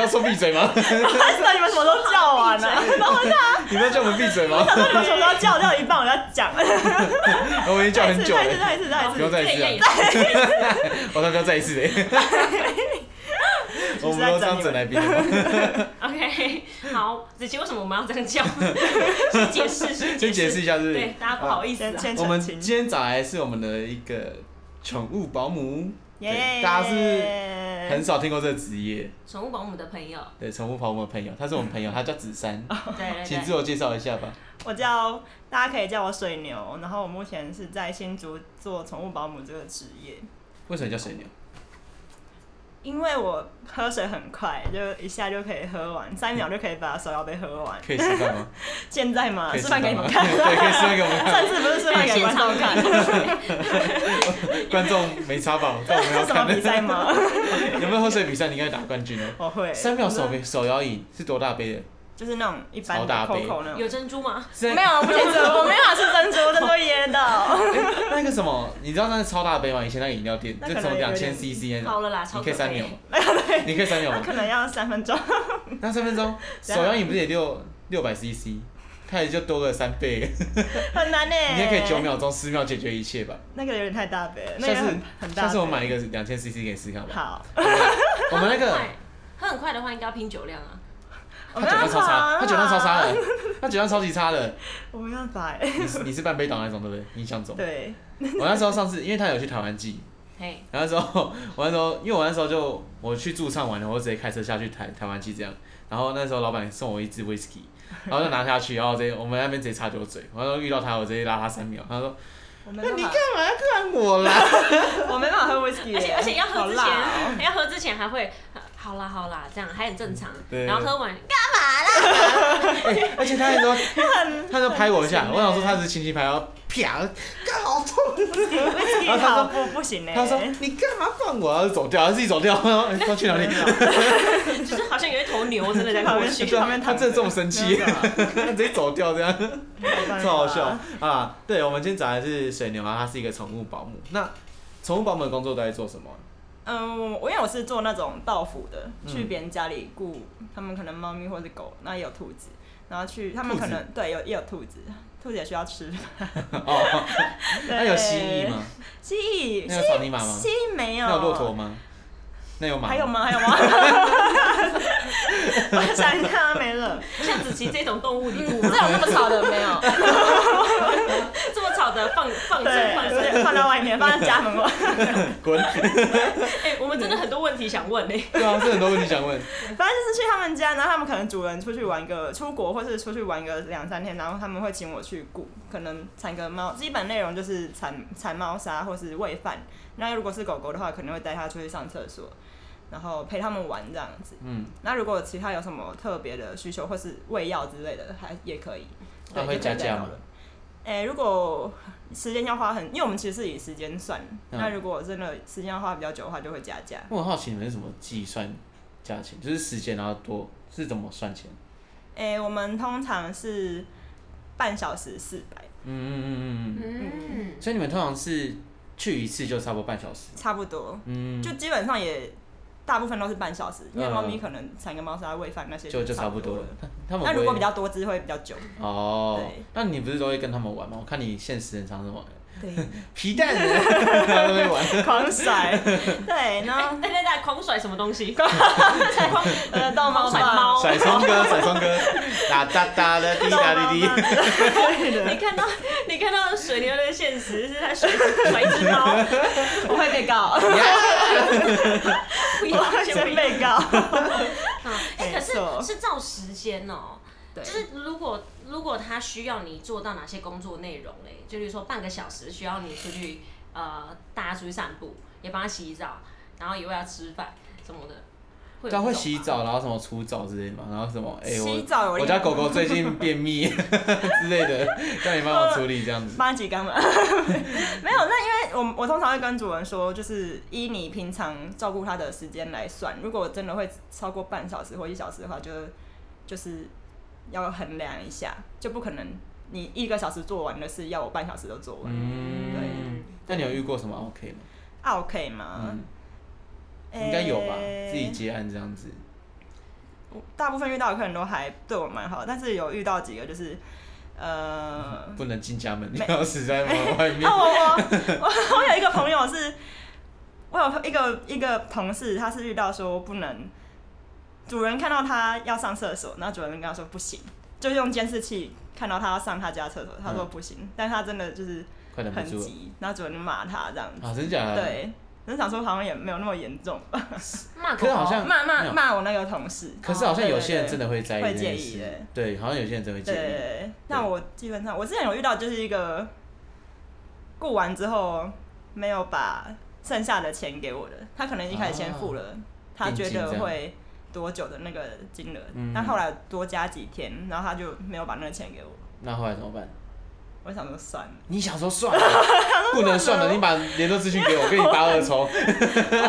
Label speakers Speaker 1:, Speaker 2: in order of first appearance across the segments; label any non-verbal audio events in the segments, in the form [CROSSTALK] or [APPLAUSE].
Speaker 1: 要说闭嘴 [LAUGHS] 吗？
Speaker 2: 那你们什么时候叫完 [LAUGHS] 呢、啊？
Speaker 1: [LAUGHS]
Speaker 2: 然后我想
Speaker 1: 你们要叫我们闭嘴吗？
Speaker 2: 说你们什么时候叫，叫一半我要讲。
Speaker 1: [LAUGHS] 我已经叫
Speaker 2: 再
Speaker 1: 很
Speaker 2: 一次，
Speaker 1: 久
Speaker 2: 再一次，
Speaker 1: 了，
Speaker 2: 再一次，再一
Speaker 1: 不
Speaker 2: 次。
Speaker 1: 用再一次
Speaker 3: 这也
Speaker 1: 了，我才不要再一次嘞。
Speaker 2: [LAUGHS]
Speaker 1: 我们都这样整来宾了吗，
Speaker 3: OK，好， [LAUGHS] 子琪，为什么我们要这样叫？ [LAUGHS] 先解释，
Speaker 1: 先解释一下是不是
Speaker 3: 对，大家不好意思
Speaker 2: 先
Speaker 3: 啊。
Speaker 2: 先
Speaker 1: 我们
Speaker 2: 澄
Speaker 1: 今
Speaker 2: 清，
Speaker 1: 天找来是我们的一个宠物保姆，对，
Speaker 2: 耶
Speaker 1: 大家是很少听过这个职业，
Speaker 3: 宠物保姆的朋友，
Speaker 1: 对，宠物保姆的朋友，他是我们朋友，他叫子珊，
Speaker 2: 哦
Speaker 3: 对对
Speaker 1: 请
Speaker 3: 对
Speaker 1: 自。我介绍一下吧。
Speaker 2: 我叫大家可以叫我水牛，然后我目前是在新竹做宠物保姆这个职业，
Speaker 1: 为什么叫水牛？
Speaker 2: 因为我喝水很快，就一下就可以喝完，三秒就可以把手摇杯喝完。
Speaker 1: 可以示范吗？
Speaker 2: 现在嘛，
Speaker 1: 可以
Speaker 2: 啊示
Speaker 1: 示
Speaker 2: 范
Speaker 1: 范
Speaker 2: 给你
Speaker 1: 吗？
Speaker 2: 们看，
Speaker 1: 对，可以示范给我们
Speaker 2: [LAUGHS]
Speaker 1: 看。
Speaker 2: 上次不是示范给
Speaker 3: 现
Speaker 2: 观
Speaker 3: 场
Speaker 2: 众看，
Speaker 3: 看，
Speaker 1: 观众没差吧？但我们
Speaker 2: 这
Speaker 1: 要
Speaker 2: 是什么
Speaker 1: 看
Speaker 2: 比赛吗？
Speaker 1: 有没有喝水比赛？你应该打冠军 [LAUGHS] 哦。
Speaker 2: 我会
Speaker 1: 三秒手杯手摇饮是多大杯的？
Speaker 2: 就是那种一般
Speaker 1: 超
Speaker 2: 的
Speaker 1: 大杯
Speaker 2: COCO 那种
Speaker 3: 有。珍珠吗？
Speaker 1: 是
Speaker 2: 没有，我不是珍珠，我没有吃珍珠，珍珠噎到。
Speaker 1: 那个什么，你知道那是超大杯吗？以前那个饮料店，
Speaker 2: 那
Speaker 1: 就
Speaker 2: 可能
Speaker 1: 什么
Speaker 2: 有
Speaker 1: 两
Speaker 2: 点
Speaker 1: 千 CC 那
Speaker 3: 好
Speaker 1: 种，
Speaker 3: 了啦，
Speaker 1: 你
Speaker 3: 超
Speaker 1: 可以三秒吗
Speaker 3: 杯。？
Speaker 1: 你可以三秒
Speaker 2: 那
Speaker 1: 吗？
Speaker 2: 可能要三分钟，
Speaker 1: 那三分钟，
Speaker 2: [LAUGHS] 对啊
Speaker 1: 手摇饮不是也六六百 CC？它也就多了三
Speaker 2: [LAUGHS]
Speaker 1: 倍，
Speaker 2: 很难呢。
Speaker 1: 你也可以九，秒钟、十秒解决一切吧。
Speaker 2: 那个有点太大杯哎了，那
Speaker 1: 下
Speaker 2: 个
Speaker 1: 次
Speaker 2: 很很大杯。
Speaker 1: 下次我买一个两千 CC 给你试看吧。
Speaker 2: 好， [LAUGHS]
Speaker 1: 我们那个
Speaker 3: 喝很快的话，应该要拼酒量啊。
Speaker 1: 他酒量超差，他酒量超差的，他酒量超级差的。
Speaker 2: 我没办
Speaker 1: [LAUGHS]
Speaker 2: 法哎。
Speaker 1: 你是你是半杯倒那种对不对？印象中，
Speaker 2: 对，
Speaker 1: 我那时候上次，因为他有去台湾记，
Speaker 3: 嘿，
Speaker 1: 然后那时候我那时候，因为我那时候就我去驻唱完了，我直接开车下去台台湾记这样。然后那时候老板送我一支 whisky，然后就拿下去，然后直接我们那边直接插酒嘴。我那时候遇到他，我直接拉他三秒，他说
Speaker 2: 我没办法，
Speaker 1: 干嘛要看我啦？
Speaker 2: 我没办法喝 whisky，
Speaker 3: 而且
Speaker 2: 耶
Speaker 3: 而且要喝之
Speaker 2: 好辣
Speaker 1: [LAUGHS]
Speaker 2: 哦
Speaker 3: 前， [LAUGHS] 要喝之前还会，好啦好啦，这样还很正常。
Speaker 1: 对
Speaker 3: 然后喝完，
Speaker 1: 欸而且他还说，他就拍我一下，我想说他只是轻轻拍，然后啪，干好痛。然后他
Speaker 2: 好
Speaker 1: 说
Speaker 2: 不不行呢。欸
Speaker 1: 他说你干嘛放我啊？然后走掉，他自己走掉，然后他去哪里？
Speaker 3: 就是好像有一头牛真的在过
Speaker 1: [LAUGHS]
Speaker 3: 去。
Speaker 2: 旁边
Speaker 1: 他
Speaker 2: 躺着
Speaker 1: 真的这么生气
Speaker 2: 没有办法，
Speaker 1: 他直接走掉这样，
Speaker 2: 没办法
Speaker 1: [LAUGHS] 超好笑啊！对，我们今天找来是水牛啊，他是一个宠物保姆。那宠物保姆的工作都在做什么啊？ [LAUGHS]
Speaker 2: 嗯，我我因为我是做那种到府的，
Speaker 1: 嗯
Speaker 2: 去别人家里雇他们可能猫咪或是狗，那也有兔子，然后去他们
Speaker 1: 兔子
Speaker 2: 可能对有也有兔子，兔子也需要吃。
Speaker 1: 哦，
Speaker 2: 对
Speaker 1: 那有蜥蜴吗？？
Speaker 2: 蜥蜴，
Speaker 1: 那有草泥马吗
Speaker 2: 蜥？蜴没有。
Speaker 1: 那有骆驼？吗？那有马？
Speaker 2: 还有？吗？还有
Speaker 1: [LAUGHS]
Speaker 2: 吗？我想一下，没
Speaker 1: [LAUGHS]
Speaker 2: 了。
Speaker 3: 像子琪这种动物礼
Speaker 2: [LAUGHS]
Speaker 3: 物
Speaker 2: 这
Speaker 3: 吗？
Speaker 2: 有那么吵的没有？
Speaker 3: [LAUGHS] 这么吵的放放生放生。
Speaker 2: 对，放到外面，放在家门外，
Speaker 1: 滚！ [LAUGHS]
Speaker 3: 哎，我们真的很多问题想问欸嘞。
Speaker 1: 对啊，这很多问题想问。
Speaker 2: 反正就是去他们家，然后他们可能主人出去玩个出国，或是出去玩个两三天，然后他们会请我去顾，可能铲个猫，基本内容就是铲铲猫砂或是喂饭。那如果是狗狗的话，可能会带它出去上厕所，然后陪他们玩这样子。
Speaker 1: 嗯，
Speaker 2: 那如果其他有什么特别的需求，或是喂药之类的，还也可以。
Speaker 1: 那
Speaker 2: 对
Speaker 1: 会
Speaker 2: 就可以
Speaker 1: 加价
Speaker 2: 再讨
Speaker 1: 吗
Speaker 2: 论哎、如果时间要花很，因为我们其实是以时间算，
Speaker 1: 嗯
Speaker 2: 那如果真的时间要花比较久的话，就会加价。
Speaker 1: 我很好奇你们是怎么计算价钱，就是时间然后多是怎么算钱？
Speaker 2: 哎、我们通常是半小时四百，
Speaker 1: 嗯嗯嗯嗯嗯。
Speaker 3: 嗯，
Speaker 1: 所以你们通常是去一次就差不多半小时。
Speaker 2: 差不多，
Speaker 1: 嗯，
Speaker 2: 就基本上也大部分都是半小时，因为
Speaker 1: 嗯
Speaker 2: 猫咪可能铲个猫砂、喂饭那些
Speaker 1: 就就差
Speaker 2: 差
Speaker 1: 不多
Speaker 2: 多
Speaker 1: 了。。他们
Speaker 2: 那
Speaker 1: 不
Speaker 2: 如
Speaker 1: 会
Speaker 2: 果比较多只会比较
Speaker 1: [LAUGHS]
Speaker 2: 久，
Speaker 1: 哦
Speaker 2: 对，
Speaker 1: 那你不是都会跟他们玩吗？我看你现实很常是玩
Speaker 2: 对，
Speaker 1: 皮蛋，他都会玩。
Speaker 2: 狂甩，对，然后
Speaker 3: 哎，来来，狂甩什么东 [LAUGHS] 西？
Speaker 2: 呃，到猫
Speaker 3: 甩
Speaker 2: 吧
Speaker 1: [LAUGHS]
Speaker 3: 猫
Speaker 1: 甩葱哥，甩葱
Speaker 2: [LAUGHS]
Speaker 1: 哥，哒哒哒的滴答滴滴。
Speaker 3: 你看到你看到水牛的现实是他甩甩一只 [LAUGHS] 猫，
Speaker 2: 我会被告，
Speaker 1: 啊
Speaker 3: 不
Speaker 2: [LAUGHS] 我会
Speaker 3: 要先
Speaker 2: 先
Speaker 3: 不要。
Speaker 2: 被
Speaker 1: [LAUGHS]
Speaker 2: 告。
Speaker 3: 嗯哎，可是
Speaker 2: 没错
Speaker 3: 是照时间哦。
Speaker 2: 对
Speaker 3: 就是如果如果他需要你做到哪些工作内容嘞？就比如说半个小时需要你出去呃，大家出去散步，也帮他洗澡，然后也喂他吃饭什么的。
Speaker 1: 他
Speaker 3: 有这
Speaker 1: 啊会
Speaker 3: 种
Speaker 1: 洗
Speaker 3: 吗，
Speaker 1: 澡，然后什么除蚤之类嘛，然后什么哎、
Speaker 2: 洗
Speaker 1: 我
Speaker 2: 澡有
Speaker 1: 我家狗狗最近便秘 [LAUGHS] 之类的，让你帮我处理
Speaker 2: [LAUGHS]
Speaker 1: 这样子。
Speaker 2: 八级
Speaker 1: [LAUGHS]
Speaker 2: 干嘛？没有，那因为我我通常会跟主人说，就是依你平常照顾它的时间来算，如果真的会超过半小时或一小时的话，就就是要衡量一下，就不可能你一个小时做完的事，要我半小时都做完。
Speaker 1: 嗯，那你有遇过什么 OK 吗？
Speaker 2: 啊，OK 吗？
Speaker 1: 嗯嗯，应该有吧，
Speaker 2: 诶
Speaker 1: 自己接案这样子。
Speaker 2: 大部分遇到的客人都还对我蛮好，但是有遇到几个就是，呃，
Speaker 1: 不能进家门，你要死在门外
Speaker 2: [LAUGHS]
Speaker 1: 面
Speaker 2: 啊，。我我
Speaker 1: [LAUGHS]
Speaker 2: 我我有一个朋友是，我有一个一个同事，他是遇到说不能，主人看到他要上厕所，然后主人跟他说不行，就用监视器看到他要上他家厕所，他说不行，但他真的就是
Speaker 1: 快嗯忍不
Speaker 2: 很
Speaker 1: 住了
Speaker 2: 急，然后主人就骂他这样子，
Speaker 1: 啊！真假的？，
Speaker 2: 对。只是想说，好像也没有那么严重吧。
Speaker 3: 骂
Speaker 1: 可
Speaker 3: 狗
Speaker 1: 是好
Speaker 3: 狗
Speaker 1: 像
Speaker 2: 骂
Speaker 1: 嗯没
Speaker 2: 骂
Speaker 1: 有
Speaker 2: 骂我哦那个同事，
Speaker 1: 可是好像有些人
Speaker 2: 对对对
Speaker 1: 真的会在意
Speaker 2: 会
Speaker 1: 这
Speaker 2: 介
Speaker 1: 件
Speaker 2: 意
Speaker 1: 事
Speaker 2: 的
Speaker 1: 对，好像有些人真的会介
Speaker 2: 对
Speaker 1: 意。
Speaker 2: 对，那我基本上我之前有遇到，就是一个雇完之后没有把剩下的钱给我的，他可能一开始先付了，他觉
Speaker 1: 哦定金
Speaker 2: 得
Speaker 1: 这样
Speaker 2: 会多久的那个金额，
Speaker 1: 嗯
Speaker 2: 但后来多加几天，然后他就没有把那个钱给我，
Speaker 1: 那后来怎么办？
Speaker 2: 我想说算了，
Speaker 1: 你想说算了，不能算了，你把联络资讯给我，我跟你八二抽。
Speaker 3: 你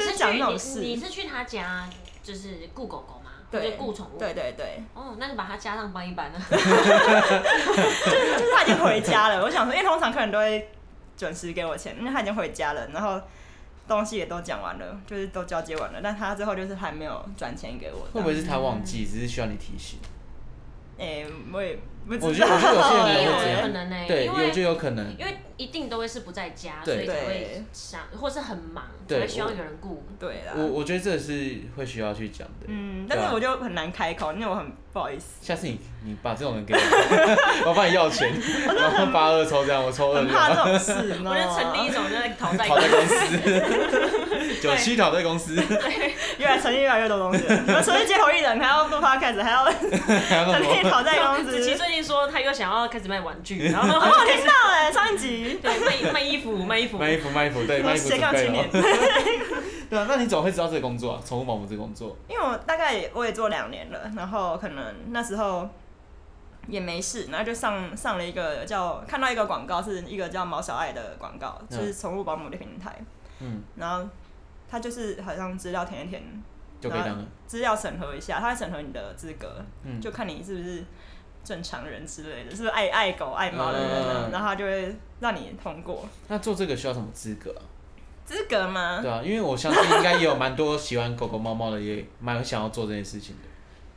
Speaker 3: 是
Speaker 2: 就
Speaker 3: 去
Speaker 2: 讲那种
Speaker 3: 你
Speaker 2: 事
Speaker 3: 你是去他家就是雇狗狗吗？
Speaker 2: 对
Speaker 3: 就雇宠物。
Speaker 2: 对对对，
Speaker 3: 哦，那你把它加上搬一
Speaker 1: [LAUGHS]
Speaker 3: 搬呢？
Speaker 2: 就是他已经回家了，我想说，因为通常客人都会准时给我钱，因为他已经回家了，然后。东西也都讲完了，就是都交接完了，但他最后就是还没有转钱给我。
Speaker 1: 会不会是他忘记，只是需要你提醒？
Speaker 2: 哎、我也不知道。
Speaker 1: 我觉得我觉得有些人
Speaker 3: 也有欸
Speaker 1: 会这
Speaker 3: 可
Speaker 1: 样
Speaker 3: 能呢，
Speaker 1: 对，
Speaker 3: 哎因
Speaker 1: 我
Speaker 3: 为
Speaker 1: 就有可能。
Speaker 3: 因为一定都会是不在家，所
Speaker 1: 对
Speaker 3: 以才会
Speaker 2: 对
Speaker 3: 想，或是很忙，
Speaker 1: 对
Speaker 3: 才会需要
Speaker 1: 我
Speaker 3: 有人顾。
Speaker 2: [LAUGHS] 对啦，
Speaker 1: 我我觉得这是会需要去讲的。
Speaker 2: 嗯，
Speaker 1: 对
Speaker 2: 但
Speaker 1: 啊
Speaker 2: 是我就很难开口，因为我很不好意思，
Speaker 1: 下次你你把这种人给我，我 [LAUGHS] 帮你要钱，然后八二抽这样，我抽二
Speaker 2: 很
Speaker 1: 六， [LAUGHS]
Speaker 2: 怕这种事，你知道
Speaker 3: 我
Speaker 2: 吗
Speaker 3: 就成立一种就是讨债 [LAUGHS]
Speaker 1: 讨债公司，九七讨债公司，
Speaker 2: 越来成立越来越多东西了，你们所以街头艺人还要 [LAUGHS] 录 podcast，还要成
Speaker 1: [LAUGHS] 还有那
Speaker 2: 立
Speaker 1: 种
Speaker 2: 讨债公
Speaker 3: [LAUGHS] 子琪
Speaker 2: 司，
Speaker 3: 最近说他又想要开始卖玩
Speaker 1: [LAUGHS]
Speaker 3: 具，然后
Speaker 2: 我有听到哎、上一集
Speaker 3: 对卖卖衣服，卖衣服。
Speaker 1: 卖衣服卖衣服，
Speaker 2: [LAUGHS]
Speaker 1: 对卖衣服
Speaker 2: 斜
Speaker 1: 准
Speaker 2: 杠
Speaker 1: 备
Speaker 2: 青年
Speaker 1: 了。，对啊，那你怎么会知道这个工作啊？宠物保姆这个工作，
Speaker 2: 因为我大概也我也做两年了，然后可能那时候。也没事，然后就上上了一个叫看到一个广告，是一个叫毛小爱的广告，
Speaker 1: 嗯
Speaker 2: 就是宠物保姆的平台。
Speaker 1: 嗯，
Speaker 2: 然后他就是好像资料填一填，
Speaker 1: 就可以当了。
Speaker 2: 资料审核一下，他会审核你的资格，
Speaker 1: 嗯
Speaker 2: 就看你是不是正常人之类的，是不是爱爱狗爱猫的人啊、
Speaker 1: 嗯
Speaker 2: 然后他就会让你通过
Speaker 1: 那做这个需要什么资格啊？
Speaker 2: 资格吗？
Speaker 1: 对啊，因为我相信应该也有蛮多喜欢狗狗猫猫的，也蛮想要做这件事情的，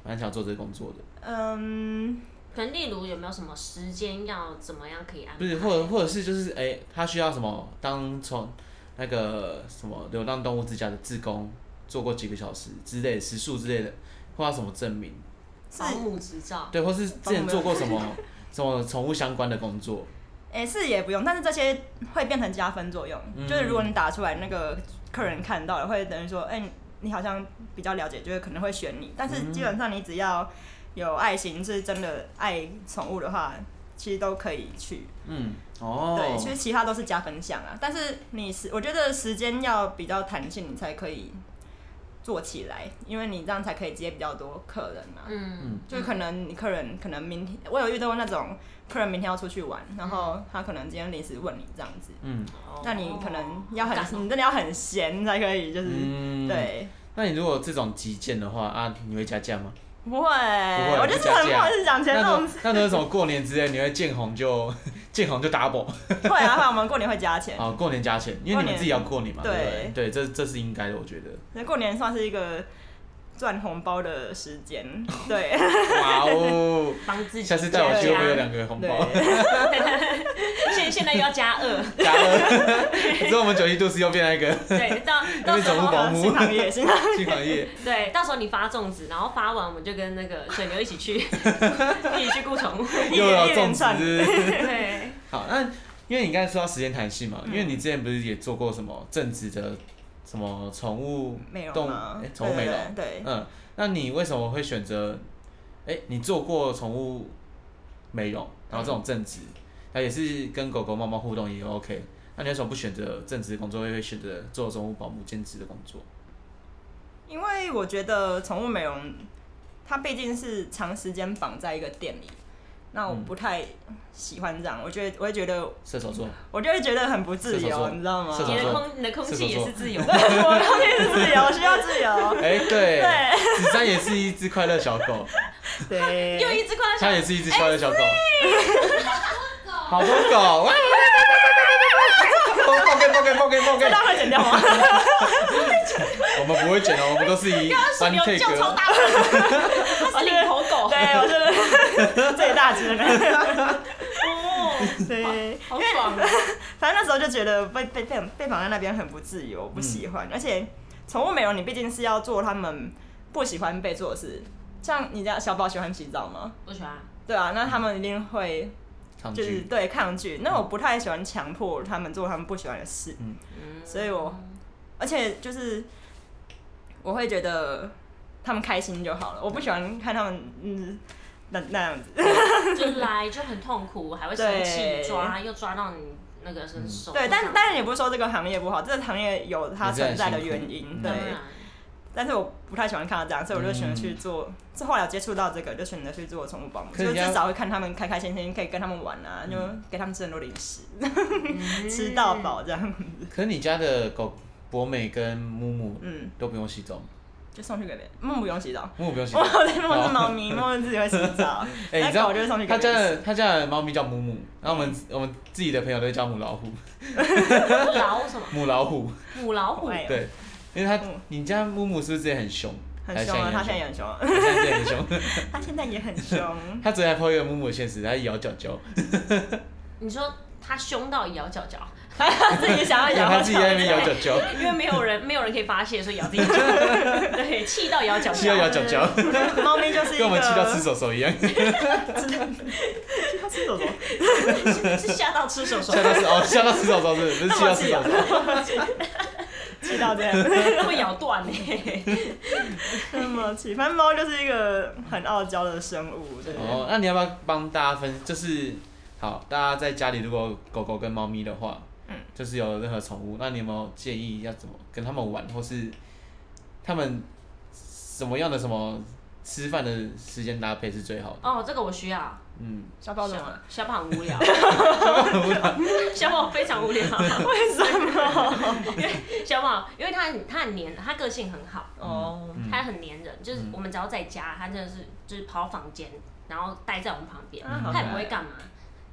Speaker 1: 蛮想做这个工作的。
Speaker 2: 嗯，
Speaker 3: 可能例如有没有什么时间要怎么样可以安排？
Speaker 1: 不是，或者或者是就是哎、他需要什么当从那个什么流浪动物之家的志工做过几个小时之类的时数之类的，或要什么证明，
Speaker 2: 是
Speaker 3: 保姆执照，
Speaker 1: 对，或是之前做过什么什么宠物相关的工作，
Speaker 2: 诶、是也不用，但是这些会变成加分作用，
Speaker 1: 嗯
Speaker 2: 就是如果你打出来，那个客人看到了，会等于说，哎、你好像比较了解，就是可能会选你，但是
Speaker 1: 嗯
Speaker 2: 基本上你只要有爱心，是真的爱宠物的话，其实都可以去。
Speaker 1: 嗯，哦，
Speaker 2: 对，其实其他都是加分项啊，但是你时，我觉得时间要比较弹性，你才可以做起来，因为你这样才可以接比较多客人啊嘛。
Speaker 3: 嗯，
Speaker 2: 就可能你客人可能明天，我有遇到过那种客人明天要出去玩，然后他可能今天临时问你这样子，
Speaker 1: 嗯
Speaker 2: 哦那你可能要
Speaker 3: 哦
Speaker 2: 很，你真的要很闲才可以，就是、
Speaker 1: 嗯，。
Speaker 2: 对，
Speaker 1: 那你如果这种急件的话啊，你会加价吗？
Speaker 2: 不会，我就是
Speaker 1: 不加
Speaker 2: 很
Speaker 1: 价
Speaker 2: 不好意思讲钱
Speaker 1: 那
Speaker 2: 这种
Speaker 1: 如 [LAUGHS] 那如果什么过年之类，你会见红就见红就 double
Speaker 2: 会啊会啊，我们过年会加钱，
Speaker 1: 啊，过年加钱，因为
Speaker 2: 过
Speaker 1: 你
Speaker 2: 年
Speaker 1: 们自己要过年嘛，对
Speaker 2: 对
Speaker 1: 不对？对，这这是应该的，我觉得。
Speaker 2: 所以过年算是一个赚红包的时间，
Speaker 1: [LAUGHS]
Speaker 2: 对。
Speaker 1: 哇哦！
Speaker 3: 帮自己
Speaker 1: 下次带我去会不会有
Speaker 3: 加，
Speaker 1: 两个红包？
Speaker 2: 对，
Speaker 3: [LAUGHS] 现现在又要加二，
Speaker 1: 加了， [LAUGHS] 之后我们九一度是又变成一个
Speaker 3: 对，
Speaker 1: [LAUGHS]
Speaker 3: 到到时
Speaker 1: 宠物 [LAUGHS]
Speaker 3: 候
Speaker 1: 保
Speaker 2: [LAUGHS]
Speaker 1: 姆
Speaker 2: 新行业，新行业
Speaker 1: 新行业。
Speaker 3: 对，到时候你发粽子，然后发完我们就跟那个水牛一起去，一起去雇宠物。
Speaker 1: 又要种
Speaker 2: 一
Speaker 1: 植是不是。
Speaker 3: 对，
Speaker 1: 好，那因为你刚才说到时间弹性
Speaker 2: 嗯
Speaker 1: 嘛，因为你之前不是也做过什么正职的什么宠物
Speaker 2: 美容
Speaker 1: 动
Speaker 2: 吗
Speaker 1: 诶宠物美容，
Speaker 2: 对对对
Speaker 1: 嗯，那你为什么会选择？哎、你做过宠物美容，然后这种正职，那、也是跟狗狗、猫猫互动也 OK。那你为什么不选择正职工作，会选择做宠物保姆兼职的工作？
Speaker 2: 因为我觉得宠物美容，它毕竟是长时间绑在一个店里，那我不太喜欢这样，我觉得我会觉得
Speaker 1: 射手座，
Speaker 2: 我就会觉得很不自
Speaker 1: 射手座
Speaker 2: 由，你知道吗？
Speaker 1: 射手
Speaker 3: 你
Speaker 1: 座
Speaker 3: 的空你的空气也是自由的，
Speaker 2: 我要去自由，需要自由。
Speaker 1: 哎、
Speaker 2: [LAUGHS] 对
Speaker 1: 对，子珊也是一只快乐小狗，
Speaker 2: 对，
Speaker 3: 又一只快乐小
Speaker 1: 它也是一只快乐小狗，好多狗，哇哇哇哇哇哇哇哇抱歉抱歉抱歉抱
Speaker 2: 这
Speaker 1: 歉，
Speaker 2: 段会剪掉吗？
Speaker 1: 我们不会剪哦，我们都是以 one
Speaker 3: 有
Speaker 1: take
Speaker 3: 救超
Speaker 1: 的。
Speaker 3: 大声， [LAUGHS] 他是领头狗。
Speaker 2: 对，我是最大只的。
Speaker 3: 哦，
Speaker 2: 对，
Speaker 3: 好爽啊！
Speaker 2: 反正那时候就觉得被被被被绑在那边很不自由，不喜欢。而且宠物美容，你毕竟是要做他们不喜欢被做的事。像你家小宝喜欢洗澡吗？
Speaker 3: 我喜欢。
Speaker 2: 对啊，那他们一定会
Speaker 1: 抗
Speaker 2: 就是
Speaker 1: 拒。
Speaker 2: 对抗拒。那我不太喜欢强迫他们做他们不喜欢的事，
Speaker 3: 嗯
Speaker 2: 所以我而且就是我会觉得他们开心就好了，我不喜欢看他们嗯那那样子。
Speaker 3: 就来就很痛苦，还会生气
Speaker 2: 对
Speaker 3: 抓，又抓到你那个伸手。
Speaker 2: 对，但但也不是说这个行业不好，这个行业有它
Speaker 1: 也是很
Speaker 2: 存在的
Speaker 1: 辛苦
Speaker 2: 原因。
Speaker 1: 嗯
Speaker 2: 对
Speaker 3: 当，然
Speaker 2: 但是我不太喜欢看到这样，所以我就选择去做。这、后来有接触到这个，就选择去做宠物保姆，
Speaker 1: 可
Speaker 2: 就是是
Speaker 1: 人家
Speaker 2: 至少会看他们开开心心，可以跟他们玩啊，就给他们吃很多零食，吃到。饱这样。
Speaker 1: 可是你家的狗博美跟木木
Speaker 2: 嗯，
Speaker 1: 都不用洗澡吗，
Speaker 2: 就送去给别人，木木不用洗澡。
Speaker 1: 木木不用洗
Speaker 2: 我
Speaker 1: 澡。
Speaker 2: 对木木是猫咪，木木自己会洗澡。
Speaker 1: 哎、你知
Speaker 2: 那
Speaker 1: 道
Speaker 2: 狗就会送去给
Speaker 1: 他
Speaker 2: 别
Speaker 1: 家
Speaker 2: 人
Speaker 1: 的他家的猫咪叫母母，然后我们、我们自己的朋友都会叫母老虎，
Speaker 3: 嗯
Speaker 2: [LAUGHS]
Speaker 3: 老什么？
Speaker 1: 母老虎，
Speaker 3: 母老虎。
Speaker 2: 哎呦
Speaker 1: 对，因为他、
Speaker 2: 嗯
Speaker 1: 你家母母是不是之前很凶？
Speaker 2: 很凶啊，
Speaker 1: 他
Speaker 2: 它现在也很凶啊，
Speaker 1: 他现在也很凶，
Speaker 2: 它现在也很凶。
Speaker 1: 他昨天还 po 一个母母的现实，他咬脚脚，
Speaker 3: 你说它凶到咬脚脚，
Speaker 2: [LAUGHS] 自己想要
Speaker 1: 因为
Speaker 2: 养，
Speaker 1: 他自己在那边咬脚脚，
Speaker 3: 因为没有人 [LAUGHS] 没有人可以发泄，所以咬
Speaker 1: [LAUGHS]
Speaker 3: 自己脚。对，气到咬脚
Speaker 1: 气到咬
Speaker 3: 脚。
Speaker 1: 脚脚，
Speaker 2: [LAUGHS] 猫咪就是一
Speaker 1: 跟我们气到吃
Speaker 2: 个
Speaker 1: 手
Speaker 2: [LAUGHS]
Speaker 1: 手一样，
Speaker 2: 它吃手 [LAUGHS] 手，
Speaker 3: [LAUGHS] 是吓到吃手手，
Speaker 1: 吓到吃哦，吓到吃手
Speaker 2: [LAUGHS]
Speaker 1: 手是不是不是气到吃手手？
Speaker 2: 气到这样。
Speaker 3: [LAUGHS] 会咬断哎。
Speaker 2: 那么气，反正猫就是一个很傲娇的生物，对不对？
Speaker 1: 哦，那你要不要帮大家分？就是好，大家在家里如果有狗狗跟猫咪的话，
Speaker 2: 嗯，
Speaker 1: 就是有任何宠物，那你有没有建议要怎么跟他们玩，或是他们什么样的什么吃饭的时间搭配是最好的？
Speaker 3: [LAUGHS] 哦，这个我需要。
Speaker 2: [LAUGHS]
Speaker 1: 嗯，
Speaker 2: 小哦啊宝怎么
Speaker 3: 小
Speaker 2: 了？
Speaker 3: 小宝很
Speaker 1: [LAUGHS]
Speaker 3: 无聊，小宝非常无聊。
Speaker 2: 为什么？
Speaker 3: [LAUGHS] 小宝，因为他很他很黏，他个性很好。
Speaker 2: 哦，
Speaker 1: 嗯
Speaker 3: 他很黏人，就是
Speaker 1: 嗯
Speaker 3: 我们只要在家，他真的是就是跑房间，然后待在我们旁边，
Speaker 2: 啊
Speaker 1: 好
Speaker 3: 他也
Speaker 1: 可
Speaker 3: 不会
Speaker 2: 爱
Speaker 3: 干嘛，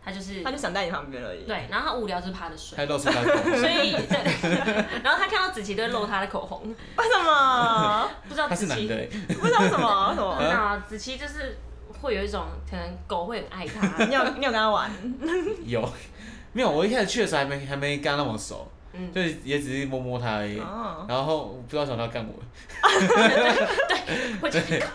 Speaker 3: 他就是
Speaker 2: 他就想在你旁边而已。，
Speaker 3: 对，然后他无聊就是趴着
Speaker 1: [LAUGHS]
Speaker 3: 睡
Speaker 1: 还，露出他的口
Speaker 3: 所以 [LAUGHS] 对， [LAUGHS] 然后他看到子琪都会露他的口红，
Speaker 2: 为什么？
Speaker 3: 不知道
Speaker 1: 他
Speaker 3: 子
Speaker 1: 是男
Speaker 3: 琪
Speaker 1: 的，
Speaker 2: [LAUGHS]
Speaker 1: 欸，
Speaker 2: 不知道为什么？为什
Speaker 1: 嗯
Speaker 2: 么？
Speaker 3: 那子琪就是会有一种可能狗会很
Speaker 1: [LAUGHS]
Speaker 3: 爱他，
Speaker 2: 你有你有跟他玩？
Speaker 1: 有。没有，我一开始去的时候还没还没跟他那么熟，
Speaker 3: 嗯，
Speaker 1: 就也只是摸摸他而已。
Speaker 2: 哦，
Speaker 1: 然后不知道想到干我，
Speaker 3: 会觉得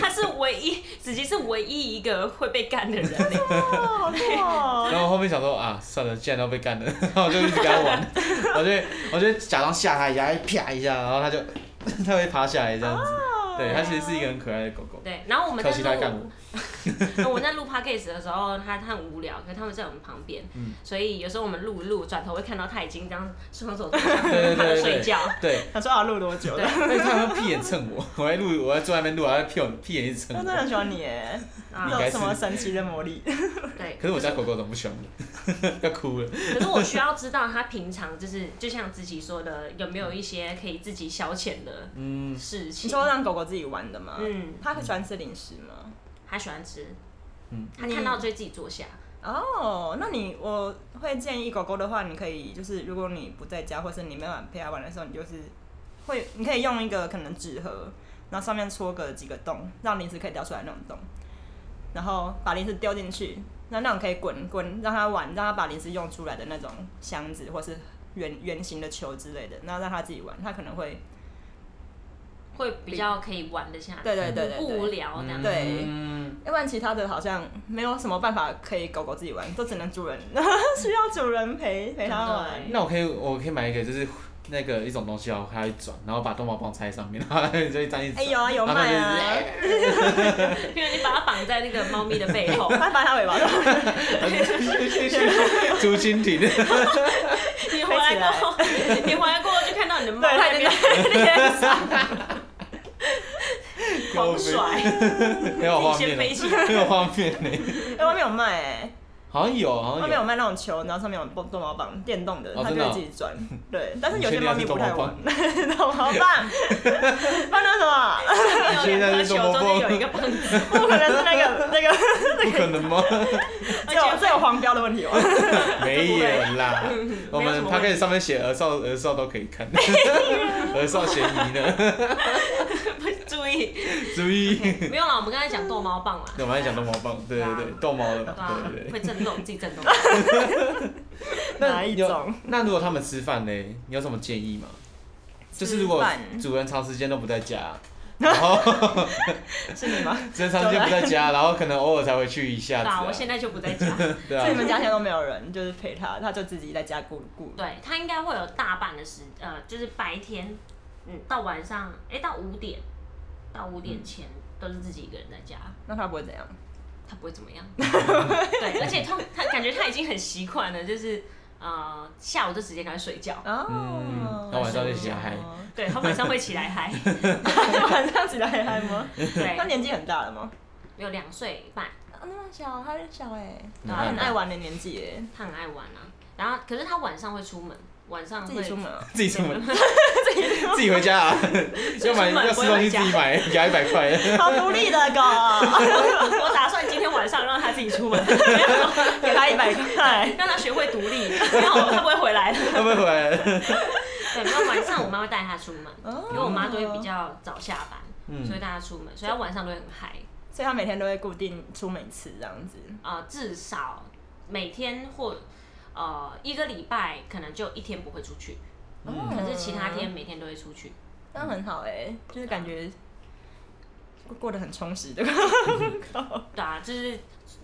Speaker 3: 他是唯一，子琪是唯一一个会被干的人
Speaker 1: [LAUGHS]
Speaker 3: 欸，
Speaker 2: 哦好酷哦！
Speaker 1: 然后后面想说啊，算了，既然都被干了， [LAUGHS] 然后我就一直跟
Speaker 2: [LAUGHS]
Speaker 1: 他玩，我就我就假装吓他一下，啪一下，然后他就 [LAUGHS] 他会爬下来这样子。
Speaker 2: 哦
Speaker 1: 对，它其实是一个很可爱的狗狗，
Speaker 3: 对，然后我们
Speaker 1: 可
Speaker 3: 在
Speaker 1: 惜它干我
Speaker 3: [LAUGHS] 录，。呃我们在录 podcast 的时候，它它很无聊，可是他们在我们旁边，
Speaker 1: 嗯
Speaker 3: 所以有时候我们录一录，转头会看到它已经这样双手趴
Speaker 1: 对对对
Speaker 3: 着睡
Speaker 1: 对 [LAUGHS]
Speaker 3: 觉。
Speaker 1: 对，
Speaker 2: 他说要啊录多久了？
Speaker 1: 但是它会屁眼蹭我，我在录，我在坐在那边录，它会屁眼屁眼一直蹭
Speaker 2: 他真的
Speaker 1: 我。
Speaker 2: 很喜欢你耶，
Speaker 3: 啊
Speaker 2: 你有什么神奇的魔力？
Speaker 3: 对，
Speaker 1: 可是我家狗狗怎么不喜欢我？ [LAUGHS] 要哭了。
Speaker 3: 可是我需要知道它平常就是，就像自己说的，有没有一些可以自己消遣的
Speaker 1: 嗯，
Speaker 3: 事
Speaker 2: 你
Speaker 3: 情？
Speaker 2: 说让狗狗自己玩的吗？
Speaker 3: 嗯，
Speaker 2: 它喜欢吃零食吗？
Speaker 3: 它喜欢吃，
Speaker 1: 嗯
Speaker 3: 它看到就会自己坐下。
Speaker 2: 哦，那你我会建议狗狗的话，你可以就是如果你不在家，或是你没有陪它玩的时候，你就是会你可以用一个可能纸盒，然后上面戳个几个洞，让零食可以掉出来那种洞，然后把零食丢进去，那那种可以滚滚让它玩，让它把零食用出来的那种箱子或是圆圆形的球之类的，然后让它自己玩，它可能会
Speaker 3: 会比较可以玩得下，
Speaker 2: 对对对对
Speaker 3: 不无
Speaker 2: 对。
Speaker 3: 聊这样。
Speaker 2: 对
Speaker 1: 嗯
Speaker 2: 要不然其他的好像没有什么办法可以狗狗自己玩，都只能主人 [LAUGHS] 需要主人陪陪它
Speaker 3: 欸
Speaker 2: 玩。
Speaker 1: 那我可以，我可以买一个，就是那个一种东西哦，它会转，然后把逗猫棒插在上面，然后它就一张一直
Speaker 2: 哎、
Speaker 1: 转。
Speaker 2: 有啊，有
Speaker 1: 然后它
Speaker 2: 卖
Speaker 1: 就
Speaker 2: 啊
Speaker 1: 是，哎
Speaker 3: 因为你把它绑在那个猫咪的背
Speaker 2: [LAUGHS]
Speaker 3: 后，
Speaker 2: 它拔它
Speaker 1: [LAUGHS]
Speaker 2: 尾巴哎的，
Speaker 3: [LAUGHS]
Speaker 1: 竹蜻蜓。
Speaker 3: 你回来过后，你回来过后就看到你的猫
Speaker 2: 对，它
Speaker 3: 在
Speaker 2: 已
Speaker 3: 那
Speaker 2: 经
Speaker 3: 边
Speaker 2: 在脸上，
Speaker 1: 高
Speaker 3: 狂
Speaker 1: 飞
Speaker 3: 甩，
Speaker 1: 没有画面
Speaker 3: 自己
Speaker 1: [LAUGHS]
Speaker 3: 先
Speaker 1: 了
Speaker 3: 飞起来。
Speaker 1: 没有画面呢。
Speaker 2: 哎，外面有卖哎、
Speaker 1: 哦好像有，好
Speaker 2: 外
Speaker 1: 像
Speaker 2: 面
Speaker 1: 有。
Speaker 2: 有卖那种球，然后上面有蹦逗猫棒，电动的，
Speaker 1: 哦
Speaker 2: 它
Speaker 1: 真
Speaker 2: 就
Speaker 1: 的
Speaker 2: 会
Speaker 1: 哦
Speaker 2: 自己
Speaker 1: [LAUGHS]
Speaker 2: 转。对，但是有
Speaker 1: 你
Speaker 2: 些
Speaker 1: 确定
Speaker 2: 猫咪不太玩 [LAUGHS] 逗猫
Speaker 1: [LAUGHS]
Speaker 2: 棒，放那什么？啊
Speaker 3: 有
Speaker 1: 现在
Speaker 3: 两颗
Speaker 1: 是
Speaker 3: 球
Speaker 1: 多么
Speaker 3: 中间有一个棒子，
Speaker 1: [LAUGHS]
Speaker 2: 不可能是那个那个，
Speaker 1: 不可能
Speaker 3: [LAUGHS]
Speaker 1: 吗？
Speaker 3: 而
Speaker 2: 哎这
Speaker 3: 且
Speaker 2: 有这
Speaker 3: 会 [LAUGHS]
Speaker 2: 有黄标的问 [LAUGHS] 题哦。
Speaker 1: 没有啦，我
Speaker 3: 没有什
Speaker 1: 们
Speaker 3: 么
Speaker 1: 他可
Speaker 3: 问
Speaker 1: 以上面写儿少儿少都可以
Speaker 3: [LAUGHS]
Speaker 1: 看，儿少嫌疑呢，
Speaker 3: 注意，
Speaker 1: 注意。
Speaker 3: 没有啦，我们刚才讲逗猫棒啦，
Speaker 1: 那我们来讲逗猫棒，对对对，逗猫的
Speaker 3: 对
Speaker 1: 嘛，
Speaker 3: 啊
Speaker 1: 对对，对。
Speaker 3: 会震动，自
Speaker 1: [LAUGHS]
Speaker 3: 己震动。
Speaker 2: 哪一
Speaker 1: 有
Speaker 2: 种？
Speaker 1: 那如果他们吃饭呢，你有什么建议吗？就是如果
Speaker 2: 吃饭
Speaker 1: 主人长时间都不
Speaker 2: [LAUGHS]
Speaker 1: 在家，然后
Speaker 2: 是你吗？
Speaker 1: 真长时间不在家，然后可能偶尔才回去一下
Speaker 3: 对
Speaker 1: 子
Speaker 3: 啊，
Speaker 1: 啊
Speaker 3: 我，现在就不在家。
Speaker 1: 对
Speaker 2: 所以你
Speaker 1: 啊，
Speaker 2: 们家现在都没有人，就是陪它，它就自己在家顾顾。
Speaker 3: 对他应该会有大半的时，呃，就是白天，嗯，到晚上，哎，到五点，到五点前都是自己一个人在家，
Speaker 2: 那它不会怎样？
Speaker 3: 他不会怎么样。对，而且他他感觉他已经很习惯了，就是呃下午就直接开始睡觉，
Speaker 2: 哦
Speaker 1: 嗯，那晚上就起来嗨
Speaker 3: 对他晚上会起来嗨，
Speaker 2: 晚上起来嗨
Speaker 1: [LAUGHS]
Speaker 2: 吗？
Speaker 1: 哎
Speaker 2: 它
Speaker 3: 对，
Speaker 2: 年纪很大了吗？
Speaker 3: 有两岁半，
Speaker 2: 啊，那么小，它很小哎，
Speaker 1: 嗯
Speaker 2: 它很爱玩的年纪耶，
Speaker 3: 他很爱玩啊。然后可是他晚上会出门，晚上
Speaker 2: 自
Speaker 3: 会
Speaker 2: 己出门啊，
Speaker 1: 自己出门，自己回
Speaker 2: [LAUGHS]
Speaker 1: 家啊，要买
Speaker 3: 出门
Speaker 1: 要
Speaker 3: 不
Speaker 1: 吃
Speaker 3: 会
Speaker 1: 东西
Speaker 3: 回
Speaker 1: 自
Speaker 3: 家
Speaker 1: 己买， [LAUGHS] 给他一百块。
Speaker 2: 好独立的狗，
Speaker 3: 我打算今天晚上让他自己出门，
Speaker 2: [LAUGHS] 给它一百块。
Speaker 3: 让他学会独立，然后他不会回来的。
Speaker 1: 会不会回来？
Speaker 3: 对，然后晚上我妈会带他出门，
Speaker 2: 哦
Speaker 3: 因为我妈都会比较早下班，
Speaker 1: 嗯
Speaker 3: 所以带他出门，所以他晚上都会很嗨。
Speaker 2: 所以他每天都会固定出门一次这样子。
Speaker 3: 呃，至少每天或呃一个礼拜可能就一天不会出去，
Speaker 2: 嗯
Speaker 3: 可是其他天每天都会出去。
Speaker 2: 那很好哎、啊就是感觉过过得很充实的。 [LAUGHS]
Speaker 3: 对啊，就是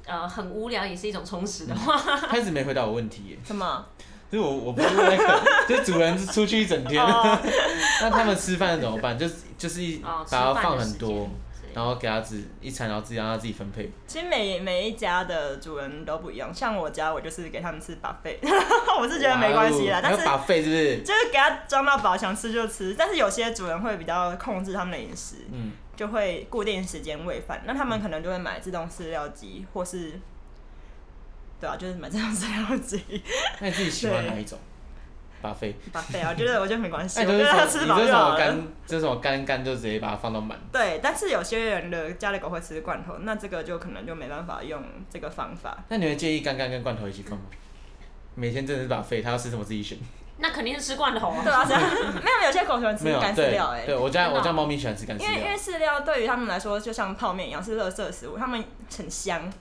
Speaker 3: 呃很无聊也是一种充实的话，
Speaker 1: 他一直没回答我问题耶，
Speaker 2: 什么？
Speaker 1: 就是我我不是
Speaker 2: [LAUGHS]
Speaker 1: 那个，就是主人出去一整天，
Speaker 2: 哦
Speaker 1: [LAUGHS] 那他们吃饭怎么办？就是就是一把
Speaker 3: 哦吃
Speaker 1: 它
Speaker 3: 饭的
Speaker 1: 嗯放很
Speaker 3: 时
Speaker 1: 多
Speaker 3: 间，之类的
Speaker 1: 然后给它自一餐，然后自己让它自己分配。
Speaker 2: 其实每每一家的主人都不一样，像我家我就是给他们吃 buffet，我 [LAUGHS] 是觉得没关系啦，
Speaker 1: 哇
Speaker 2: 但
Speaker 1: 哦
Speaker 2: 是
Speaker 1: 还有把费是不是？
Speaker 2: 就是给他装到饱，想吃就吃。但是有些主人会比较控制他们的饮食，
Speaker 1: 嗯，
Speaker 2: 就会固定时间喂饭，那他们可能就会买自动饲料机或是。对啊，就是买自动饲料机 [LAUGHS]
Speaker 1: 那你自己喜欢哪一种？把费？
Speaker 2: buffet 啊，我觉得我觉得没关系，
Speaker 1: 那
Speaker 2: 我
Speaker 1: 你
Speaker 2: 觉
Speaker 1: 就是
Speaker 2: 得他
Speaker 1: 从
Speaker 2: 吃
Speaker 1: 你
Speaker 2: 饱
Speaker 1: 哎就是
Speaker 2: 就
Speaker 1: 从
Speaker 2: 好
Speaker 1: 我
Speaker 2: 了。
Speaker 1: 干，就是从我干干就直接把它放到满。
Speaker 2: 对，但是有些人的家里狗会吃罐头，那这个就可能就没办法用这个方
Speaker 1: [LAUGHS]
Speaker 2: 法。
Speaker 1: 那你会介意干干跟罐头一起放吗？每天真的是把费，它要吃什么自己选。
Speaker 3: 那肯定是吃罐头啊
Speaker 2: 对。啊，这样 [LAUGHS] 没有有些狗喜欢吃
Speaker 1: 没有
Speaker 2: 干饲
Speaker 1: 对
Speaker 2: 料、欸，
Speaker 1: 对我家
Speaker 3: 真的哦
Speaker 1: 我家猫咪喜欢吃干饲
Speaker 2: 因为因为
Speaker 1: 料，
Speaker 2: 饲料对于他们来说就像泡面一样是垃圾食物，他们很香。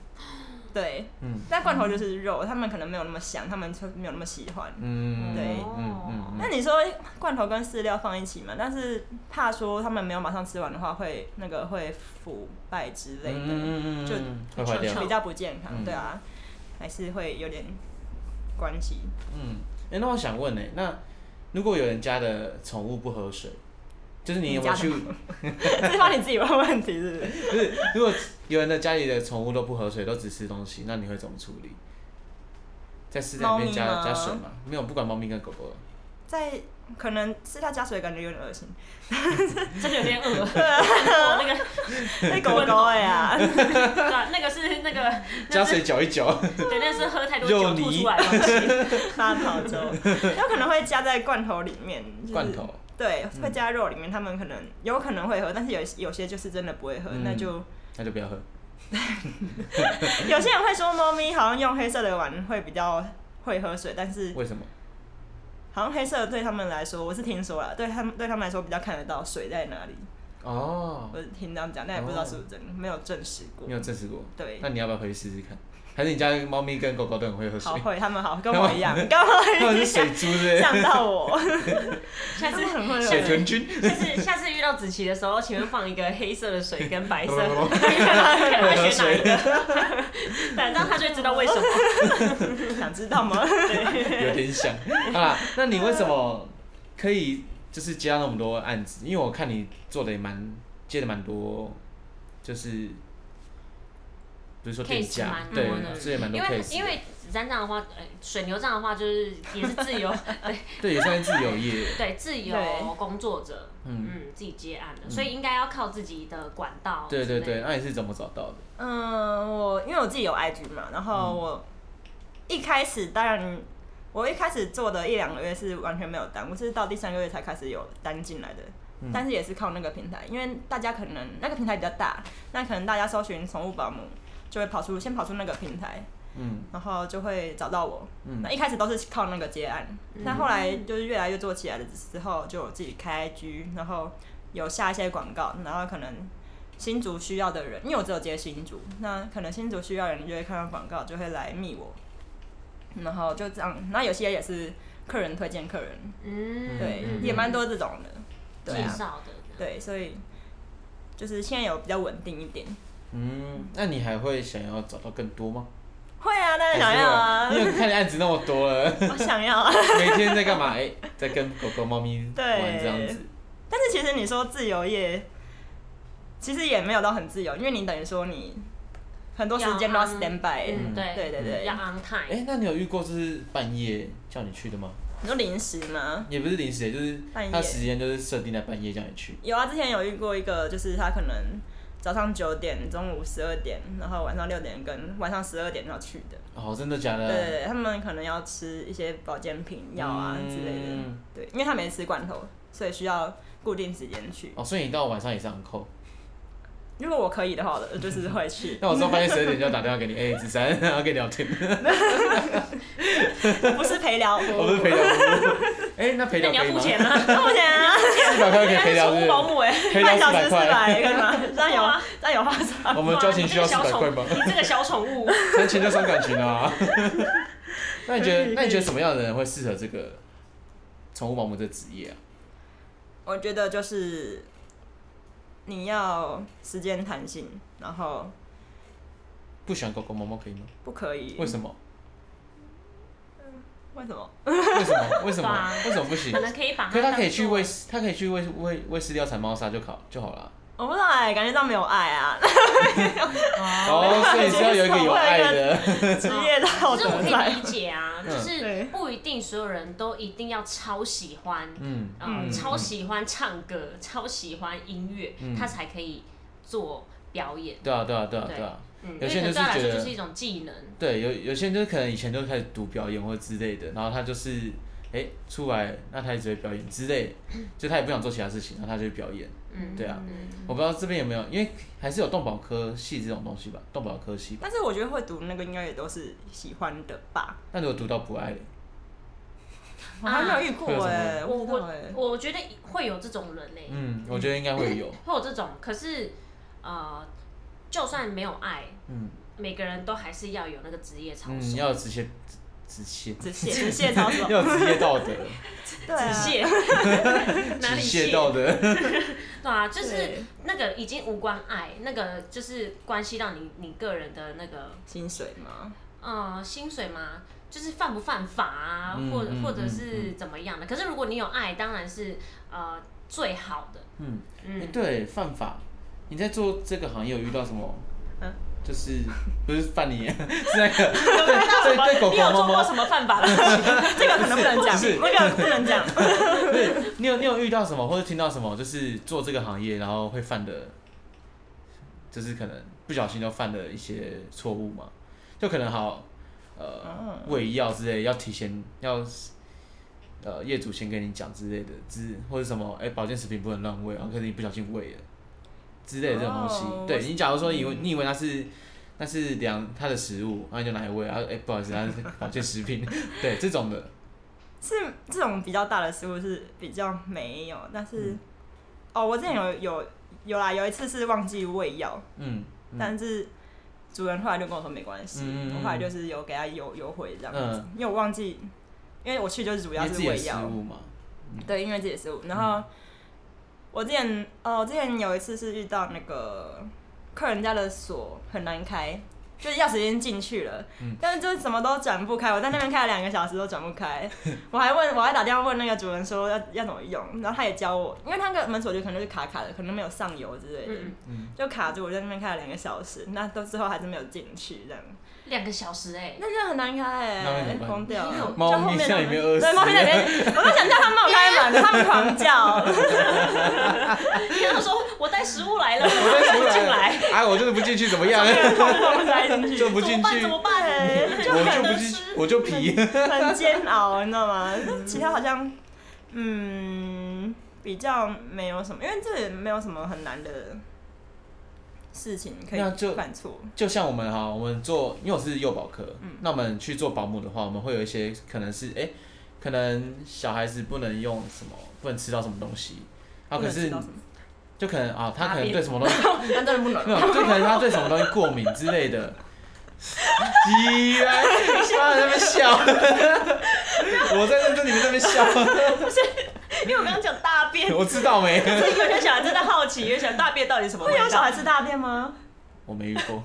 Speaker 2: 对，
Speaker 1: 嗯
Speaker 2: 但罐头就是肉，他们可能没有那么香，他们就没有那么喜欢。
Speaker 1: 嗯，
Speaker 2: 对
Speaker 1: 嗯嗯
Speaker 2: 那
Speaker 1: 嗯，
Speaker 2: 你说罐头跟饲料放一起嘛？但是怕说他们没有马上吃完的话，会那个会腐败之类的。
Speaker 1: 嗯嗯嗯
Speaker 2: 就
Speaker 1: 嗯会坏掉
Speaker 3: 臭臭。
Speaker 2: 比较不健康，
Speaker 1: 嗯
Speaker 2: 对啊，还是会有点关
Speaker 1: [LAUGHS]
Speaker 2: 系。
Speaker 1: 嗯，哎、那我想问呢、那如果有人家的宠物不喝水，就是你有没有去？
Speaker 2: 你这是帮你自己问问题，是不是？
Speaker 1: 不是，如果有人的家里的宠物都不喝水，都只吃东西，那你会怎么处理？在饲料里面加
Speaker 2: 猫咪吗
Speaker 1: 加水吗？没有，不管猫咪跟狗狗了。
Speaker 2: 在可能吃它加水，感觉有点恶
Speaker 1: [LAUGHS]
Speaker 2: 心。
Speaker 3: 真的有点饿，我那个
Speaker 2: 那狗狗哎
Speaker 1: [LAUGHS]
Speaker 2: 呀，
Speaker 3: 对啊那个是那个
Speaker 1: 加水搅一搅，
Speaker 3: 对，那是喝太多
Speaker 1: 肉
Speaker 3: 酒
Speaker 1: 泥
Speaker 3: 吐出来的东西。 [LAUGHS]
Speaker 2: 发泡粥，有可能会加在罐头里面。就是
Speaker 1: 罐头。嗯
Speaker 2: 对，会加肉里面，他们可能有可能会喝，但是有有些就是真的不会喝，
Speaker 1: 嗯
Speaker 2: 那就
Speaker 1: [LAUGHS] 那就不要喝。
Speaker 2: [LAUGHS] 有些人会说猫咪好像用黑色的碗会比较会喝水，但是
Speaker 1: 为什么？
Speaker 2: 好像黑色对他们来说，我是听说啦，对他们对他们来说比较看得到水在哪里，
Speaker 1: 哦，
Speaker 2: 我是听这样讲，但也不知道是不是真的，没有证实过
Speaker 1: 你。有证实过？
Speaker 2: 对
Speaker 1: 那你要不要回去试试看？还是你家猫咪跟狗狗都很会喝水
Speaker 2: 好？会，他们好，跟
Speaker 1: 他们
Speaker 2: 我一样，跟我
Speaker 1: [LAUGHS] 他们
Speaker 2: 一 [LAUGHS]
Speaker 1: 是水
Speaker 2: 样，
Speaker 1: 猪是不是？
Speaker 2: 呛到我，
Speaker 3: 下次
Speaker 2: 很会
Speaker 1: 水豚菌。
Speaker 3: 下次下次遇到子琪的时候，请问放一个黑色的水跟白色，
Speaker 1: 不不不
Speaker 3: 看他
Speaker 1: 喝
Speaker 3: 会选哪
Speaker 1: 水
Speaker 3: 一个，反正他就会知道为什
Speaker 1: [LAUGHS]
Speaker 3: 么。
Speaker 2: 想知道吗？
Speaker 1: 有点想啊。那你为什么可以就是接到那么多案子？因为我看你做的也蛮接的蛮多，就是比如说店
Speaker 3: Case
Speaker 1: 家
Speaker 3: 蛮，多
Speaker 1: 对
Speaker 3: 的，
Speaker 1: 这也蛮多
Speaker 3: 因为
Speaker 1: case，
Speaker 3: 因为子弹这样的话，呃，水牛这样的话就是也是自由， [LAUGHS] 对
Speaker 1: 对，也算是自由
Speaker 3: [LAUGHS]
Speaker 1: 业。
Speaker 3: 对，自由
Speaker 2: 对
Speaker 3: 工作者，
Speaker 1: 嗯
Speaker 3: 嗯，自己接案的，所以应该要靠自己的管道。
Speaker 1: 对对对，，那你是怎么找到的？
Speaker 2: 嗯，我因为我自己有 IG 嘛，然后我一开始当然，我一开始做的一两个月是完全没有单，我是到第三个月才开始有单进来的。但是也是靠那个平台，因为大家可能那个平台比较大，那可能大家搜寻宠物保姆就会跑出先跑出那个平台，
Speaker 1: 嗯
Speaker 2: 然后就会找到我。
Speaker 1: 嗯
Speaker 2: 那一开始都是靠那个接案，
Speaker 3: 嗯
Speaker 2: 但后来就是越来越做起来了之后，就有自己开 IG，然后有下一些广告，然后可能新竹需要的人，因为我只有接新竹，那可能新竹需要的人就会看到广告，就会来密我，然后就这样。那有些也是客人推荐客人，
Speaker 3: 嗯，
Speaker 2: 对，
Speaker 1: 嗯
Speaker 2: 也蛮多这种的，对
Speaker 3: 介
Speaker 2: 啊。
Speaker 3: 绍的，
Speaker 2: 对，所以就是现在有比较稳定一点。
Speaker 1: 嗯，那你还会想要找到更多吗？
Speaker 2: 会啊，当然想要啊
Speaker 1: 还，哎是会因为看你案子那么多
Speaker 3: [LAUGHS]
Speaker 1: 了，
Speaker 2: [LAUGHS] 我想要啊。
Speaker 1: 每天在干嘛？哎、在跟狗狗、猫咪
Speaker 2: 对
Speaker 1: 玩这样子。
Speaker 2: 但是其实你说自由业，其实也没有到很自由，因为你等于说你很多时间都要
Speaker 3: 要啊
Speaker 2: stand by，、
Speaker 3: 嗯，对
Speaker 2: 对对对
Speaker 3: 要 on
Speaker 1: 哎、
Speaker 3: time，
Speaker 1: 那你有遇过就是半夜叫你去的吗？
Speaker 2: 你说临时吗？
Speaker 1: 也不是临时，就是
Speaker 2: 半夜
Speaker 1: 他时间就是设定在半夜叫你去。
Speaker 2: 有啊，之前有遇过一个，就是他可能早上九点、中午十二点，然后晚上六点跟晚上十二点要去的。
Speaker 1: 哦，真的假的？
Speaker 2: 对对对，他们可能要吃一些保健品药啊之类的，
Speaker 1: 嗯
Speaker 2: 对，因为他没吃罐头，所以需要固定时间去。
Speaker 1: 哦，所以你到晚上也是很扣。
Speaker 2: 如果我可以的话，我就是会
Speaker 3: [LAUGHS]
Speaker 2: 去。
Speaker 1: 那我说半夜十二点就要打电话给你，哎、子珊， [LAUGHS] 然后跟你聊天。
Speaker 2: 不是陪聊，
Speaker 1: 我不是陪聊。哎、那陪
Speaker 3: 那
Speaker 1: 聊
Speaker 3: 你要
Speaker 1: 可以
Speaker 3: 付
Speaker 1: 吗？
Speaker 3: 钱啊，
Speaker 2: 不行啊，
Speaker 1: 四百块可以陪聊，
Speaker 3: 宠
Speaker 1: 是
Speaker 3: 物保
Speaker 1: 不
Speaker 3: 姆哎，
Speaker 1: 是？陪聊
Speaker 2: 半
Speaker 1: 四
Speaker 2: 小时
Speaker 1: 百
Speaker 2: 四百，
Speaker 1: 块。
Speaker 2: 可以吗？ [LAUGHS] 这样有
Speaker 3: 哇
Speaker 2: 这样有话说。
Speaker 1: [LAUGHS] 我们交情需要四百块吗
Speaker 3: 你？这个小宠物，
Speaker 1: 谈钱就伤感情啊。 [LAUGHS] 那你觉得，那你觉得什么样的人会适合这个宠物保姆这职业啊？
Speaker 2: [LAUGHS] 我觉得就是你要时间弹性，然后
Speaker 1: 不喜欢狗狗、猫猫可以吗？
Speaker 2: 不可以。
Speaker 1: 为什么？
Speaker 2: 为什么？
Speaker 1: 为什么？为什
Speaker 3: 对
Speaker 1: 么
Speaker 3: 啊？
Speaker 1: 为什么不行
Speaker 3: 可？能可以把
Speaker 1: 可是它可以去喂
Speaker 3: 当，
Speaker 1: 它可以去喂喂喂饲料产猫砂就好就好了。
Speaker 2: 我不知道哎，感觉到没有爱啊，
Speaker 3: 做
Speaker 1: 哦，所以是要有一个有爱的。
Speaker 2: [LAUGHS] 职业道
Speaker 3: 可是我
Speaker 2: 德
Speaker 3: 可以
Speaker 2: 在
Speaker 3: 理。解啊，
Speaker 1: 嗯
Speaker 3: 就是
Speaker 2: 对
Speaker 3: 不一定所有人都一定要超喜欢，
Speaker 1: 嗯
Speaker 3: 呃，
Speaker 2: 嗯
Speaker 3: 超喜欢唱歌，超喜欢音乐，
Speaker 1: 嗯
Speaker 3: 他才可以做表演。
Speaker 1: 对啊，对啊，对啊，对啊。
Speaker 3: 嗯，因
Speaker 1: 有
Speaker 3: 为
Speaker 1: 些
Speaker 3: 可
Speaker 1: 人就是
Speaker 3: 能对他来
Speaker 1: 觉
Speaker 3: 说
Speaker 1: 得
Speaker 3: 就是一种技能。
Speaker 1: 对，有有些人就是可能以前就开始读表演或之类的，然后他就是哎、诶出来，那他也只会表演之类的，就他也不想做其他事情，然后他就去表演。
Speaker 3: 嗯，
Speaker 1: 对啊
Speaker 3: 嗯
Speaker 1: 我不知道这边有没有，因为还是有动保科系这种东西吧，动保科系吧。
Speaker 2: 但是我觉得会读那个应该也都是喜欢的吧，
Speaker 1: 那如果读到不爱嘞，
Speaker 2: 我还没有遇
Speaker 1: 会有
Speaker 2: 过
Speaker 1: 什么
Speaker 2: 哎，
Speaker 3: 我
Speaker 2: 啊我不知道哎
Speaker 3: 我。我觉得会有这种人呢、欸
Speaker 1: 嗯，我觉得应该会有，
Speaker 3: 会有这种。可是，呃，就算没有爱，
Speaker 1: 嗯
Speaker 3: 每个人都还是要有那个职业操
Speaker 1: 嗯，
Speaker 3: 守。
Speaker 1: 要有直接直接，
Speaker 2: 直谢直谢操守，
Speaker 1: 要有职业道德，
Speaker 2: [LAUGHS] 对啊，
Speaker 1: [LAUGHS]
Speaker 3: [LAUGHS] 谢，哪
Speaker 1: 职
Speaker 3: 里
Speaker 1: 业
Speaker 3: 谢？
Speaker 1: 道德，
Speaker 3: 对啊，就是
Speaker 2: 对
Speaker 3: 那个已经无关爱，那个就是关系到你你个人的那个
Speaker 2: 薪水吗？
Speaker 3: 呃薪水嘛，就是犯不犯法啊，
Speaker 1: 嗯
Speaker 3: 或者
Speaker 1: 嗯
Speaker 3: 或者是怎么样的。可是如果你有爱，当然是呃最好的。
Speaker 1: 嗯，诶
Speaker 3: 嗯，
Speaker 1: 对，犯法。你在做这个行业有遇到什么
Speaker 2: 嗯？
Speaker 1: 就是不是犯你， [LAUGHS] 是那
Speaker 3: [LAUGHS]
Speaker 1: 个对对对狗狗
Speaker 3: 你有
Speaker 1: 猫
Speaker 3: 做过
Speaker 1: 猫
Speaker 3: 什么犯
Speaker 1: [LAUGHS]
Speaker 3: 法的事嗯情？
Speaker 2: 这个可能不能讲 [LAUGHS]
Speaker 1: 不是，
Speaker 2: 那个不能讲。
Speaker 1: 对你有你有遇到什么或者听到什么，就是做这个行业然后会犯的，就是可能不小心就犯的一些错误嘛？就可能好，
Speaker 2: 啊
Speaker 1: 呃，喂药之类要提前要，呃，业主先跟你讲之类的，之或者什么，哎、保健食品不能乱喂，然后啊可能你不小心喂了之类的这种东西。
Speaker 2: 哦
Speaker 1: 对你假如说以为你以为那是。那是粮，它的食物，然后你就拿来喂，然后哎、不好意思，它是保健食品， [LAUGHS] 对这种的，
Speaker 2: 是这种比较大的失误是比较没有，但
Speaker 1: 嗯
Speaker 2: 是、哦，我之前有有有啦，有一次是忘记喂药，
Speaker 1: 嗯，嗯
Speaker 2: 但是主人后来就跟我说没关系，
Speaker 1: 嗯嗯嗯
Speaker 2: 我后来就是有给他优优惠这样子，
Speaker 1: 嗯
Speaker 2: 因为我忘记，因为我去就是主要
Speaker 1: 也
Speaker 2: 是
Speaker 1: 自己的
Speaker 2: 喂
Speaker 1: 食
Speaker 2: 药，
Speaker 1: 物嘛，
Speaker 2: 对，因为自己的失误。然后、我之前哦，我之前有一次是遇到那个客人家的锁很难开。就是钥匙已经进去了，但是就是什么都转不开。我在那边开了两个小时都转不开，我还问，我还打电话问那个主人说要要怎么用，然后他也教我，因为他那个门锁就可能就是卡卡的，可能没有上油之类的，
Speaker 3: 嗯，
Speaker 2: 就卡住。我在那边开了两个小时，那到最后还是没有进去，这样
Speaker 3: 两个小时哎、
Speaker 2: 那真的很难开哎、
Speaker 1: 那会怎么办
Speaker 2: 疯掉
Speaker 3: 没有
Speaker 2: 了。
Speaker 1: 猫
Speaker 2: 就后
Speaker 1: 咪
Speaker 2: 面
Speaker 1: 像
Speaker 2: 那
Speaker 1: 里面
Speaker 2: 边
Speaker 1: 饿死
Speaker 2: 对，猫咪那边，我都想叫他们帮我开门，他们狂叫。
Speaker 3: 你跟他说我带食
Speaker 1: [LAUGHS]
Speaker 3: 物来了，
Speaker 1: 我
Speaker 3: 我
Speaker 1: 在
Speaker 3: 不
Speaker 1: 出
Speaker 3: 进
Speaker 1: 来
Speaker 3: 来，
Speaker 1: 了，哎，我就是不进去怎么样？
Speaker 2: 狂狂塞进去
Speaker 1: 就。不进
Speaker 3: 怎么办？
Speaker 1: 去
Speaker 3: 怎，么办？欸
Speaker 2: 对，就
Speaker 1: 我就不
Speaker 2: 很
Speaker 1: 去，我就皮。
Speaker 2: 很煎熬，你知道吗？其他好像，嗯，比较没有什么，因为这也没有什么很难的事情可
Speaker 1: 那就
Speaker 2: 以犯错。
Speaker 1: 就像我们哈，我们做，因为我是幼保科，那我们去做保姆的话，我们会有一些可能是，哎、可能小孩子不能用什么，不能吃到什么东西，啊，
Speaker 2: 不
Speaker 1: 可
Speaker 2: 能知
Speaker 1: 是
Speaker 2: 道什么
Speaker 1: 就可能啊，他
Speaker 3: 大
Speaker 1: 可能
Speaker 3: 便
Speaker 1: 对什么东西，
Speaker 2: 但真的不能。
Speaker 1: 没有，就可能他对什么东西过敏之类的。鸡啊！他在那边笑，我在认真，你们在那边笑，
Speaker 4: 因为我刚刚讲大
Speaker 3: [LAUGHS]
Speaker 4: 便，
Speaker 1: 我知道没？
Speaker 4: 有些小孩真的好奇，有些小孩大便到底什么
Speaker 2: 会
Speaker 4: 味
Speaker 2: 有小
Speaker 4: 道？
Speaker 2: 孩吃大便吗？
Speaker 1: 我没遇过，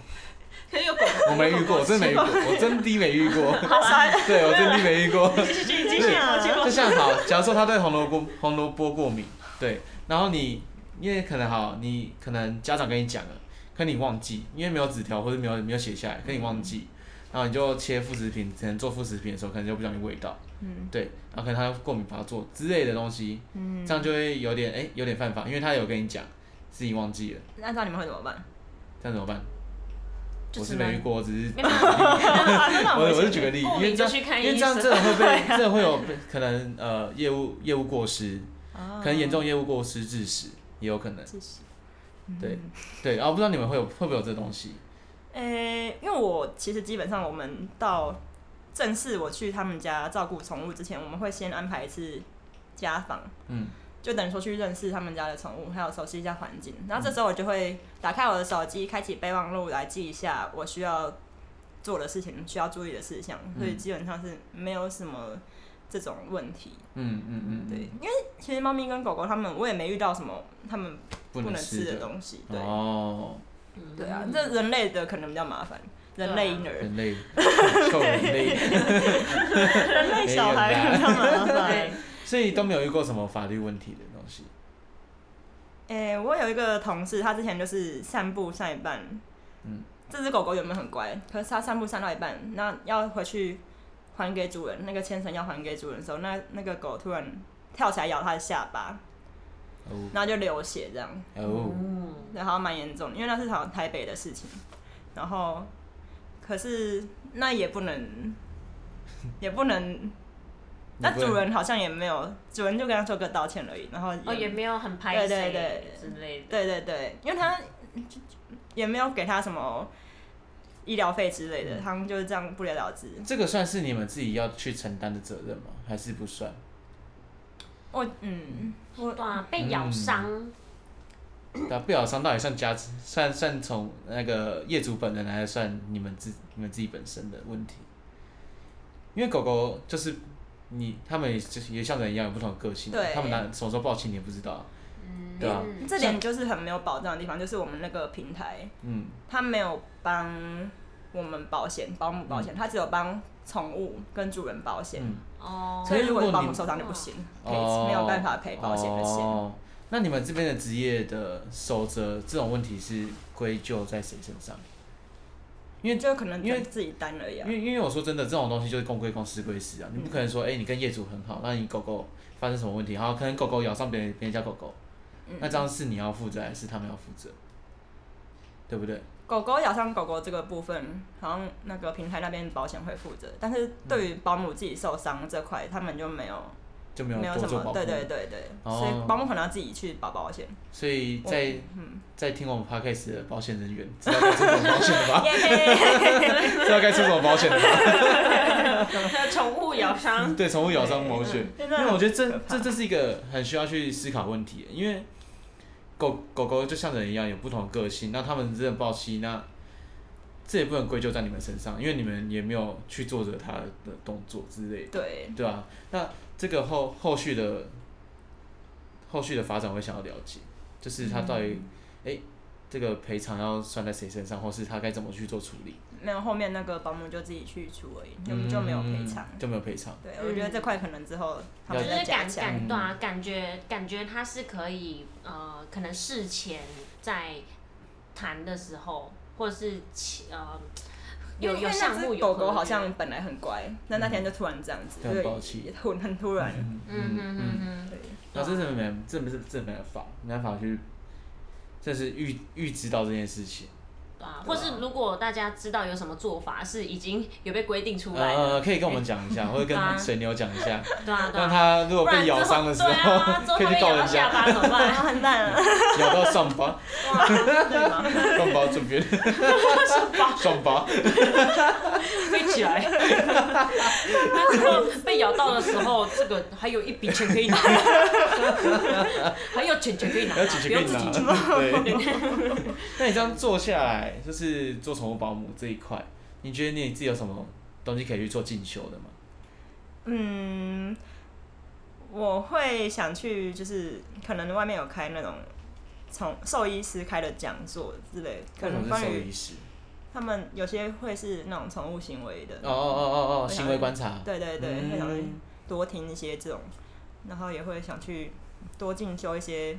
Speaker 4: 可是有狗，
Speaker 1: [LAUGHS] 我没遇过，我真没遇过，我真的没遇过，
Speaker 2: [LAUGHS] 好傻，
Speaker 1: 对我真的没遇过。
Speaker 4: 已经已经是
Speaker 2: 啊
Speaker 4: 有结果
Speaker 1: 就。像好，假如说他对红萝卜红萝卜过敏，对，然后你因为可能好，你可能家长跟你讲了，可你忘记，因为没有纸条或者没有没有写下来，可你忘记，然后你就切副食品，可能做副食品的时候，可能就不小心味到，
Speaker 2: 嗯
Speaker 1: 对，然后可能他过敏发作之类的东西，
Speaker 2: 嗯，
Speaker 1: 这样就会有点哎、有点犯法，因为他有跟你讲自己忘记了，
Speaker 2: 按照你们会怎 [LAUGHS] 么办？
Speaker 1: 这样怎么办？
Speaker 3: 就
Speaker 1: 我是
Speaker 3: 只能
Speaker 1: 没遇过，我只是
Speaker 3: 没办法，
Speaker 2: 啊真的很
Speaker 1: 我
Speaker 2: 危
Speaker 1: 我
Speaker 2: 险
Speaker 1: 是举个例，因
Speaker 3: 过
Speaker 1: 为
Speaker 3: 敏
Speaker 1: 这
Speaker 3: 就
Speaker 1: 样
Speaker 3: 去看
Speaker 1: 因为
Speaker 3: 医
Speaker 1: 这样
Speaker 3: 生。啊
Speaker 1: 真的会
Speaker 3: [LAUGHS]
Speaker 1: 被真的会有被可能呃业务业务过失，
Speaker 2: 啊
Speaker 1: 可能严重
Speaker 3: 嗯
Speaker 1: 业务过失致死也有可能。
Speaker 2: 致死
Speaker 1: 对
Speaker 3: 嗯
Speaker 1: 对，然后不知道你们会有会不会有这东西？
Speaker 2: 诶、因为我其实基本上我们到正式我去他们家照顾宠物之前，我们会先安排一次家访，
Speaker 1: 嗯，
Speaker 2: 就等于说去认识他们家的宠物，还有熟悉一下环境。然后这时候我就会打开我的手机，开启备忘录来记一下我需要做的事情、需要注意的事项，所以
Speaker 1: 嗯
Speaker 2: 基本上是没有什么这种问题。
Speaker 1: 嗯嗯嗯，
Speaker 2: 对，，因为其实猫咪跟狗狗它们，我也没遇到什么它们
Speaker 1: 不
Speaker 2: 能吃
Speaker 1: 吃
Speaker 2: 的东西。对，
Speaker 1: 哦，
Speaker 3: 嗯
Speaker 2: 对啊，这人类的可能比较麻烦，人类婴儿、
Speaker 1: 人
Speaker 3: [LAUGHS]
Speaker 1: 类，臭人类，
Speaker 2: 人类小孩
Speaker 1: 没有啦
Speaker 2: 比较麻
Speaker 3: 对
Speaker 2: [LAUGHS] 烦。
Speaker 1: 所以都没有遇过什么法律问题的东西。
Speaker 2: 诶、我有一个同事，他之前就是散步散一半，
Speaker 1: 嗯
Speaker 2: 这只狗狗原本很乖，可是它散步散到一半，那要回去还给主人，那个牵绳要还给主人的时候，那那个狗突然跳起来咬它的下巴，
Speaker 1: 哦
Speaker 2: 然后就流血这样，
Speaker 1: 哦，
Speaker 3: 嗯，
Speaker 2: 然后蛮严重的，因为那是好像台北的事情，然后可是那也不能，也不能。
Speaker 1: 你
Speaker 2: 那
Speaker 1: 不能
Speaker 2: 主人好像也没有，主人就跟他说个道歉而已，然后
Speaker 3: 哦，也没有很拍
Speaker 2: 对
Speaker 3: 谁
Speaker 2: 对对
Speaker 3: 之类的。
Speaker 2: 对对对，因为他也没有给他什么医疗费之类的，他们就是这样不了了之。
Speaker 1: 这个算是你们自己要去承担的责任吗？还是不算？
Speaker 2: 我嗯，我
Speaker 3: 对啊，被咬伤，
Speaker 1: 那啊不咬伤到底算家算算从那个业主本人，还是算你们自你们自己本身的问题？因为狗狗就是你，它们也就是也像人一样有不同的个性，
Speaker 2: 对
Speaker 1: 它们哪什么时候暴气你也不知道，
Speaker 3: 嗯，
Speaker 1: 对啊
Speaker 2: 这点就是很没有保障的地方，就是我们那个平台，
Speaker 1: 嗯，
Speaker 2: 他没有帮我们保险，保姆保险，他只有帮宠物跟主人保险。
Speaker 1: 嗯
Speaker 3: 哦，
Speaker 2: 所以如果是
Speaker 1: 如
Speaker 2: 保
Speaker 1: 果你
Speaker 2: 姆受伤就不行，赔
Speaker 1: 哦
Speaker 2: 没有办法赔保险的钱。
Speaker 1: 哦，那你们这边的职业的守则这种问题是归咎在谁身上？因为
Speaker 2: 就可能
Speaker 1: 因为
Speaker 2: 自己担而已、啊
Speaker 1: 因。为因为我说真的，这种东西就是公归公，私归私啊。你不可能
Speaker 2: 嗯
Speaker 1: 说，哎、你跟业主很好，那你狗狗发生什么问题，然后可能狗狗咬伤别人别人家狗狗，
Speaker 2: 嗯
Speaker 1: 那这样是你要负责还是他们要负责？对不对？
Speaker 2: 狗狗咬伤狗狗这个部分，好像那个平台那边保险会负责，但是对于保姆自己受伤这块，他们就没有
Speaker 1: 就没有
Speaker 2: 有
Speaker 1: 多
Speaker 2: 什
Speaker 1: 做
Speaker 2: 么
Speaker 1: 保护。
Speaker 2: 对对对对，
Speaker 1: 哦
Speaker 2: 所以保姆可能要自己去保保险。
Speaker 1: 所以在
Speaker 2: 嗯，
Speaker 1: 在听我们 podcast 的保险人员，知道该出什么保险了
Speaker 2: [LAUGHS]
Speaker 1: 吧？
Speaker 2: 耶嘿
Speaker 1: 知道该出什么保险了吧？
Speaker 2: [LAUGHS]
Speaker 4: 宠物咬伤，
Speaker 1: 嗯对，宠物咬伤保险。
Speaker 2: 真
Speaker 1: 因为
Speaker 2: 的
Speaker 1: 我觉得这这这是一个很需要去思考的问题，因为狗狗狗就像人一样有不同的个性，那他们真的暴气，那这也不能归咎在你们身上，因为你们也没有去做着它的动作之类的，
Speaker 2: 对，
Speaker 1: 对啊，那这个后后续的后续的发展，我也想要了解，就是它到底
Speaker 2: 嗯
Speaker 1: 哎、诶这个赔偿要算在谁身上，或是它该怎么去做处理，
Speaker 2: 没有后面那个保姆就自己去出而已，就就没有赔偿。
Speaker 1: 嗯就没有赔偿。
Speaker 2: 对，
Speaker 3: 嗯
Speaker 2: 我觉得这块可能之后他
Speaker 3: 就
Speaker 2: 们
Speaker 3: 是
Speaker 2: 再加
Speaker 3: 感
Speaker 2: 强。
Speaker 1: 嗯
Speaker 3: 感对啊，感觉感觉他是可以呃，可能事前在谈的时候，或者是起呃有
Speaker 2: 因为
Speaker 3: 有
Speaker 2: 那
Speaker 3: 项目
Speaker 2: 只
Speaker 3: 有
Speaker 2: 狗
Speaker 3: 合
Speaker 2: 狗好
Speaker 3: 约
Speaker 2: 像本来很乖，但那天就突然这样子，
Speaker 1: 嗯
Speaker 2: 对，
Speaker 1: 很暴气
Speaker 2: 很很突然。 [LAUGHS]
Speaker 3: 嗯嗯嗯嗯，
Speaker 2: 对，
Speaker 1: 那哦这是没，这不是这没办法，没办法去，这是预预知到这件事情。
Speaker 3: 对啊，或是如果大家知道有什么做法是已经有被规定出来
Speaker 1: 呃，
Speaker 3: 的，
Speaker 1: 可以跟我们讲一
Speaker 3: [LAUGHS]
Speaker 1: 下，或者
Speaker 3: 对啊
Speaker 1: 跟水牛讲一下，
Speaker 3: 对啊对
Speaker 1: 让
Speaker 3: 啊，
Speaker 1: 他如果
Speaker 3: 不然
Speaker 1: 被
Speaker 3: 之后
Speaker 1: 咬伤的时候，
Speaker 3: 对啊，之后
Speaker 1: 可以
Speaker 3: 他
Speaker 1: 去
Speaker 3: 被
Speaker 1: 告
Speaker 3: 咬
Speaker 1: 人
Speaker 3: 到下
Speaker 1: 家，
Speaker 3: 巴怎么
Speaker 2: 啊，
Speaker 3: 办？
Speaker 2: 完蛋了，
Speaker 1: 咬到上巴，
Speaker 2: 对吗？
Speaker 1: 上巴这
Speaker 3: [LAUGHS]
Speaker 1: 边，上巴，
Speaker 4: 飞起来。
Speaker 3: 那之后被咬到的时候，这个还有一笔钱可以拿，还有钱钱可以拿，
Speaker 1: 要解决给
Speaker 3: 不用
Speaker 1: 你
Speaker 3: 自己
Speaker 1: 拿。
Speaker 3: 去。
Speaker 1: 对，
Speaker 3: [LAUGHS]
Speaker 1: [LAUGHS] 那你这样做下来，就是做宠物保姆这一块，你觉得你自己有什么东西可以去做进修的吗？
Speaker 2: 嗯，我会想去，就是可能外面有开那种从兽医师开的讲座之类的，可
Speaker 1: 为什
Speaker 2: 能
Speaker 1: 么
Speaker 2: 关
Speaker 1: 是兽
Speaker 2: 于
Speaker 1: 医师？
Speaker 2: 他们有些会是那种宠物行为的，
Speaker 1: 哦哦哦哦哦，行为观察。
Speaker 2: 对对对，
Speaker 1: 嗯
Speaker 2: 会想去多听一些这种，然后也会想去多进修一些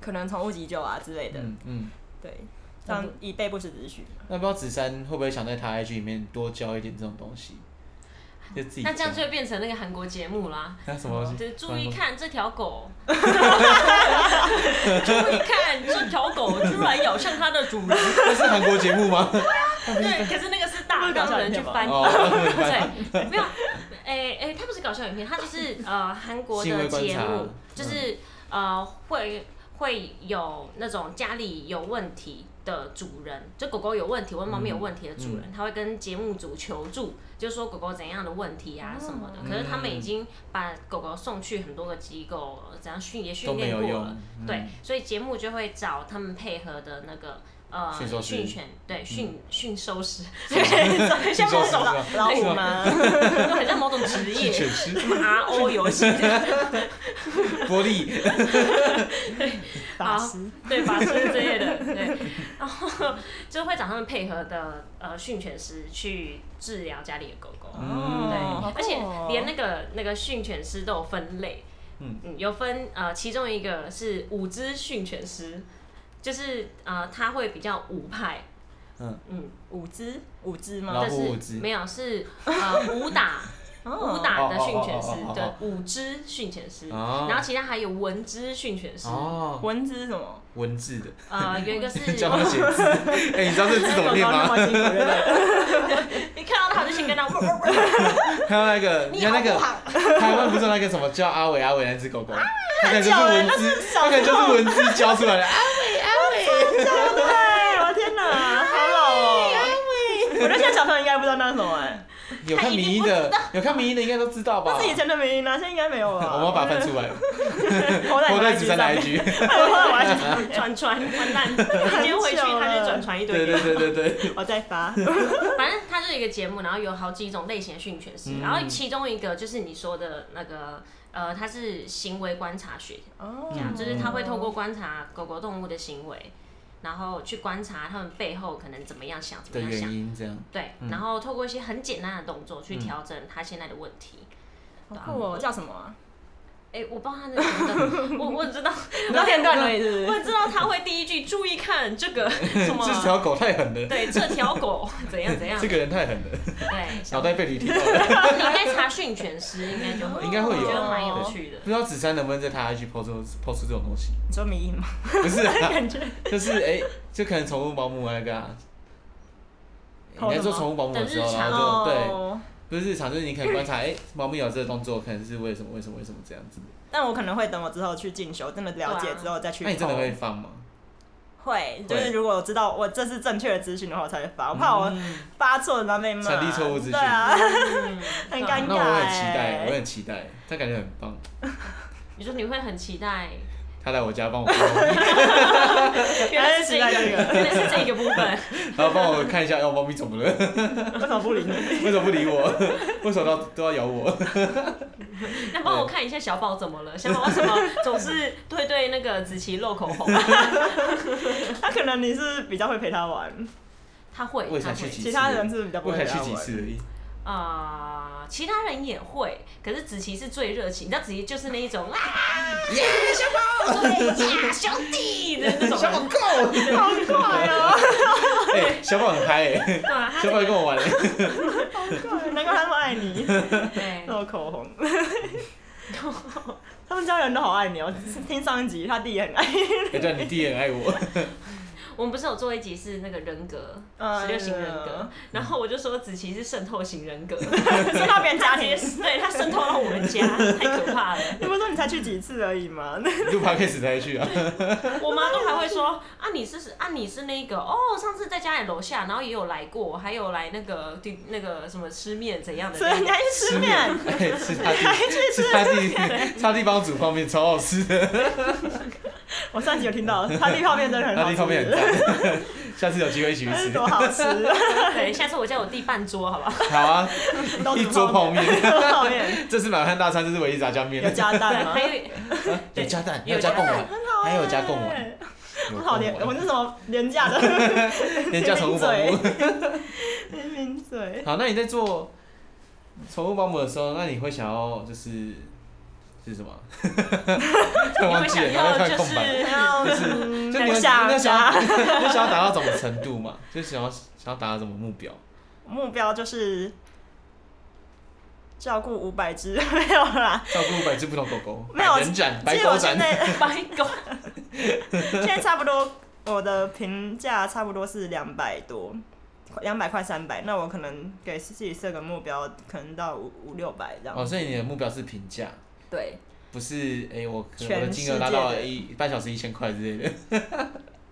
Speaker 2: 可能宠物急救啊之类的，
Speaker 1: 嗯嗯，
Speaker 2: 对，这样以备不时之需。
Speaker 1: 那不知道子珊会不会想在他 IG 里面多教一点这种东西？就自己
Speaker 3: 那这样
Speaker 1: 教
Speaker 3: 就会变成那个韩国节目啦，
Speaker 1: 那什么东
Speaker 3: 就是
Speaker 1: 西？
Speaker 3: 注意看这条 [LAUGHS] 狗，注意看这条狗居然咬向它的主人。
Speaker 1: 那是韩国节目
Speaker 3: [LAUGHS]
Speaker 1: 吗？
Speaker 3: 对，可是那个是大搞人去翻译，
Speaker 1: 哦
Speaker 3: 对，没有，哎哎，它不是搞笑影片，它就是呃韩国
Speaker 1: 新
Speaker 3: 的
Speaker 1: 闻观察
Speaker 3: 节目
Speaker 1: 嗯，
Speaker 3: 就是呃会会有那种家里有问题的主人，就狗狗有问题或猫咪
Speaker 1: 嗯
Speaker 3: 有问题的主人，他会跟节目组求助，就说狗狗怎样的问题啊什么的。
Speaker 1: 哦
Speaker 3: 可是他
Speaker 1: 嗯
Speaker 3: 们已经把狗狗送去很多个机构，怎样训也
Speaker 1: 都
Speaker 3: 训
Speaker 1: 没
Speaker 3: 练
Speaker 1: 有
Speaker 3: 过
Speaker 1: 用
Speaker 3: 了，。
Speaker 1: 嗯
Speaker 3: 对，，所以节目就会找他们配合的那个呃
Speaker 1: 驯兽师嗯
Speaker 3: 训犬，对驯驯兽师， [LAUGHS]
Speaker 4: 对，像某种
Speaker 1: 老
Speaker 2: 老虎吗？
Speaker 3: 就很像某种职
Speaker 1: 是
Speaker 3: 业
Speaker 1: 犬师，
Speaker 3: R O
Speaker 1: [LAUGHS]
Speaker 3: 游戏，
Speaker 1: 玻璃，
Speaker 2: 法师，
Speaker 3: 对法师之类的，对，然后就会找他们配合的呃训犬师去治疗家里的狗狗。
Speaker 1: [LAUGHS] 嗯
Speaker 3: 对
Speaker 2: 哦好，
Speaker 3: 而且
Speaker 2: 酷哦
Speaker 3: 连那个那个训犬师都有分类，
Speaker 1: 嗯
Speaker 3: 有分呃，其中一个是五只训犬师，就是呃，他会比较武派，
Speaker 1: 嗯
Speaker 3: 嗯，
Speaker 2: 五只，五只
Speaker 1: 老
Speaker 2: 吗
Speaker 1: 虎？
Speaker 3: 但
Speaker 1: 五
Speaker 3: 是
Speaker 1: 只
Speaker 3: 没有是呃武打武
Speaker 2: 哦，
Speaker 3: 打的训犬师
Speaker 1: 哦哦哦哦哦哦，
Speaker 3: 对，五只训犬师，
Speaker 1: 哦
Speaker 3: 然后其他还有文之训犬师，
Speaker 1: 哦，
Speaker 2: 蚊子是什么？
Speaker 1: 文字的， [LAUGHS]
Speaker 3: 呃，有一个是
Speaker 1: 教他写
Speaker 3: [LAUGHS]
Speaker 1: 字。哎，你知道这字怎么念
Speaker 2: 那么？
Speaker 1: 吗
Speaker 2: 辛苦对不对
Speaker 3: 你看到他就先跟他 [LAUGHS]
Speaker 1: 还有那个，你看那个台湾不是有那个什么叫阿伟阿伟那只狗
Speaker 3: 啊
Speaker 1: 狗，它可能就是文字，它可能就是文字教出来的。
Speaker 2: [LAUGHS] 对，我的天哪，好老哦！我觉得现在小朋友应该不知道那是什
Speaker 1: [LAUGHS]
Speaker 2: 么哎，
Speaker 1: 有看迷音的，有看迷音的应该都知道吧？哦
Speaker 2: 那是以前的名音啊，现在应该没有
Speaker 1: 我
Speaker 2: 了。
Speaker 1: 们要把它翻出
Speaker 3: [LAUGHS]
Speaker 1: 来，
Speaker 2: 我
Speaker 1: 我
Speaker 2: 在
Speaker 1: 在
Speaker 2: 你
Speaker 1: 子
Speaker 2: 的
Speaker 1: 珊的
Speaker 2: IG 上
Speaker 1: IG。
Speaker 2: 面，
Speaker 4: 传传完蛋，你今天回去他就转传一堆
Speaker 1: 对
Speaker 4: 给
Speaker 1: 对
Speaker 4: 你。
Speaker 1: 对对对，
Speaker 2: [LAUGHS] 我在发。
Speaker 3: 反正它就是一个节目，然后有好几种类型的训犬师，
Speaker 1: 嗯
Speaker 3: 然后其中一个就是你说的那个，呃，它是行为观察学，
Speaker 2: [LAUGHS]
Speaker 1: 嗯
Speaker 2: 哦
Speaker 3: 这样就是它会透过观察狗狗动物的行为，然后去观察它们背后可能怎么样想，怎
Speaker 1: 的
Speaker 3: 么样
Speaker 1: 原
Speaker 3: 想，
Speaker 1: 因这样。
Speaker 3: 对，
Speaker 1: 嗯
Speaker 3: 然后透过一些很简单的动作去调整它现在的问题。
Speaker 2: 好酷哦，叫什么啊？
Speaker 3: 哎、我不知道它是什么，我我知道，
Speaker 2: 那片段而已， [LAUGHS] 是不
Speaker 3: 我
Speaker 2: 是？
Speaker 3: 知道他会第一句注意看
Speaker 1: [LAUGHS]
Speaker 3: 这个什么，
Speaker 1: 这条狗太狠了，
Speaker 3: 对，这条狗怎样怎样，
Speaker 1: 这个人太狠了，
Speaker 3: 对，
Speaker 1: 脑袋被驴踢到
Speaker 2: [LAUGHS]
Speaker 1: 了。
Speaker 3: 你应该查训犬师，应该就会有，
Speaker 1: 应该会有
Speaker 3: 我觉得蛮有趣的。
Speaker 1: 不知道子珊能不能在他 IG 抛出抛出这种东西？
Speaker 2: 你说迷音吗？
Speaker 1: 不
Speaker 2: [LAUGHS]
Speaker 1: 是、啊， [LAUGHS]
Speaker 2: 感觉
Speaker 1: 就是哎、就可能宠物保姆那个、啊。你在做宠物保姆的时候，
Speaker 3: 等日
Speaker 1: 然
Speaker 3: 常
Speaker 1: 后就对，
Speaker 2: 哦，
Speaker 1: 不是日常，就是你可能观察，哎，保姆有这个动作，可能是为什么？为什么？为什么这样子？
Speaker 2: 但我可能会等我之后去进修，真的了解之后再去。
Speaker 1: 那你真的会？放吗？
Speaker 2: 会，就是如果我知道我这是正确的资讯的话，我才会发。我怕我
Speaker 1: 嗯
Speaker 2: 发错了然后被骂。
Speaker 1: 传递错误资讯
Speaker 2: 对啊，
Speaker 3: 嗯，
Speaker 2: 很
Speaker 3: 对啊
Speaker 2: 尴尬
Speaker 1: 那我很期待，
Speaker 2: 哎
Speaker 1: 我很期待，他感觉很棒。
Speaker 3: 你说你会很期待，
Speaker 1: 他来我家帮我 [LAUGHS] 看，
Speaker 3: 原来是这
Speaker 2: 原来是期待
Speaker 3: 个，原来是这个部分。
Speaker 1: 然后帮我看一下，哦，猫咪怎么了？
Speaker 2: 为什么不理你？
Speaker 1: [LAUGHS] 为什么不理我？ [LAUGHS] 为什么要都要咬我？
Speaker 3: 那帮我看一下小宝怎么了？小宝为什么总是对对那个子琪露口红？啊
Speaker 2: 他可能你是比较会陪他玩，
Speaker 3: [LAUGHS] 他会，
Speaker 1: 我也
Speaker 3: 他
Speaker 1: 想去
Speaker 3: 会。
Speaker 1: 几次，
Speaker 2: 其他人是比较不
Speaker 1: 我
Speaker 2: 会
Speaker 1: 才
Speaker 2: 陪他
Speaker 1: 去
Speaker 2: 玩。
Speaker 1: 几次而已。
Speaker 3: 啊、其他人也会，可是子琪是最热情，你知道子琪就是那一种啊，小宝，对呀，兄弟的那种
Speaker 1: 小宝
Speaker 3: 人，
Speaker 1: 够，
Speaker 2: 好快哦！
Speaker 1: 哎，小宝很嗨哎，
Speaker 3: 对啊，他
Speaker 1: 小宝也跟我玩哎。
Speaker 2: 难怪他们爱你，
Speaker 3: 对
Speaker 2: 那种口红。他们家人都好爱你哦，听上一集他弟也很爱你。
Speaker 1: 啊
Speaker 2: [LAUGHS]
Speaker 1: 哎，对，你弟也很爱我，
Speaker 3: 我们不是有做一集是那个人格，
Speaker 2: 嗯
Speaker 3: 十六型人格，然后我就说子琪是渗透型人格， [LAUGHS]
Speaker 4: 渗透别人家
Speaker 3: 他直
Speaker 4: 庭
Speaker 2: [LAUGHS]
Speaker 3: 接，对他渗透到我们家，太可怕了。
Speaker 2: 你不是说你才去几次而已 [LAUGHS] 吗？
Speaker 1: 录 podcast 才去啊。
Speaker 3: 我妈都还会说啊，你是啊，你是那个哦，上次在家里楼下，然后也有来过，还有来那个地那个什么吃面怎样的
Speaker 2: 所以你还去吃面，
Speaker 1: 哎，吃他弟，吃他弟，他弟帮我煮泡面，超好吃的，
Speaker 2: 我上集有听到，他地泡面真的很
Speaker 1: 他
Speaker 2: 好
Speaker 1: 弟
Speaker 2: 吃，[LAUGHS]
Speaker 1: 泡面很赞。下次有机会一起去
Speaker 2: 那是
Speaker 1: 吃
Speaker 2: 多，好吃，
Speaker 3: 对，下次我叫我弟半桌，好不 [LAUGHS] 好？
Speaker 1: 好啊，
Speaker 2: 都
Speaker 1: [LAUGHS] 一
Speaker 2: 煮
Speaker 1: 桌泡面。
Speaker 2: 面，泡面
Speaker 1: 这是满汉大餐，这是唯一炸酱面哎
Speaker 2: 有。加蛋 [LAUGHS] 吗
Speaker 3: 还？有
Speaker 1: 有加蛋，
Speaker 3: 有
Speaker 1: 有加
Speaker 3: 加
Speaker 1: 贡
Speaker 3: 蛋
Speaker 1: 丸，
Speaker 2: 很好欸，
Speaker 1: 还有加贡丸有
Speaker 2: 很好廉，
Speaker 1: 贡
Speaker 2: 我
Speaker 1: 丸
Speaker 2: 那什么廉价的
Speaker 1: 连 [LAUGHS] 加宠
Speaker 2: [LAUGHS]
Speaker 1: 物保
Speaker 2: 名
Speaker 1: 姆。
Speaker 2: 联名嘴。
Speaker 1: [LAUGHS] 好，那你在做宠物保姆的时候，那你会想要就是是什么？ [LAUGHS] 突然忘记了，然后突然空白。
Speaker 2: 然后
Speaker 1: 就
Speaker 2: 嗯 [LAUGHS]
Speaker 1: 你们
Speaker 2: 想
Speaker 1: 那想要
Speaker 2: 家
Speaker 1: 就想要达到什么程度嘛？ [LAUGHS] 就想要想要达到什么目标？
Speaker 2: 目标就是照顾五百只， [LAUGHS] 没有啦。
Speaker 1: 照顾百只不同狗狗，
Speaker 2: 没有
Speaker 1: 百人展、
Speaker 2: 其
Speaker 1: 白
Speaker 2: 实我
Speaker 1: 狗
Speaker 2: 现
Speaker 1: 展，
Speaker 2: 在
Speaker 3: [LAUGHS] 白狗，
Speaker 2: 现在差不多，我的评价差不多是两百多，两百块三百。那我可能给自己设个目标，可能到五五六百这样。
Speaker 1: 哦，所以你的目标是评价，
Speaker 2: 对，
Speaker 1: 不是哎、我可能
Speaker 2: 全
Speaker 1: 我的金额
Speaker 2: 世
Speaker 1: 达
Speaker 2: 界
Speaker 1: 到
Speaker 2: 的
Speaker 1: 一半小时一千块之类的。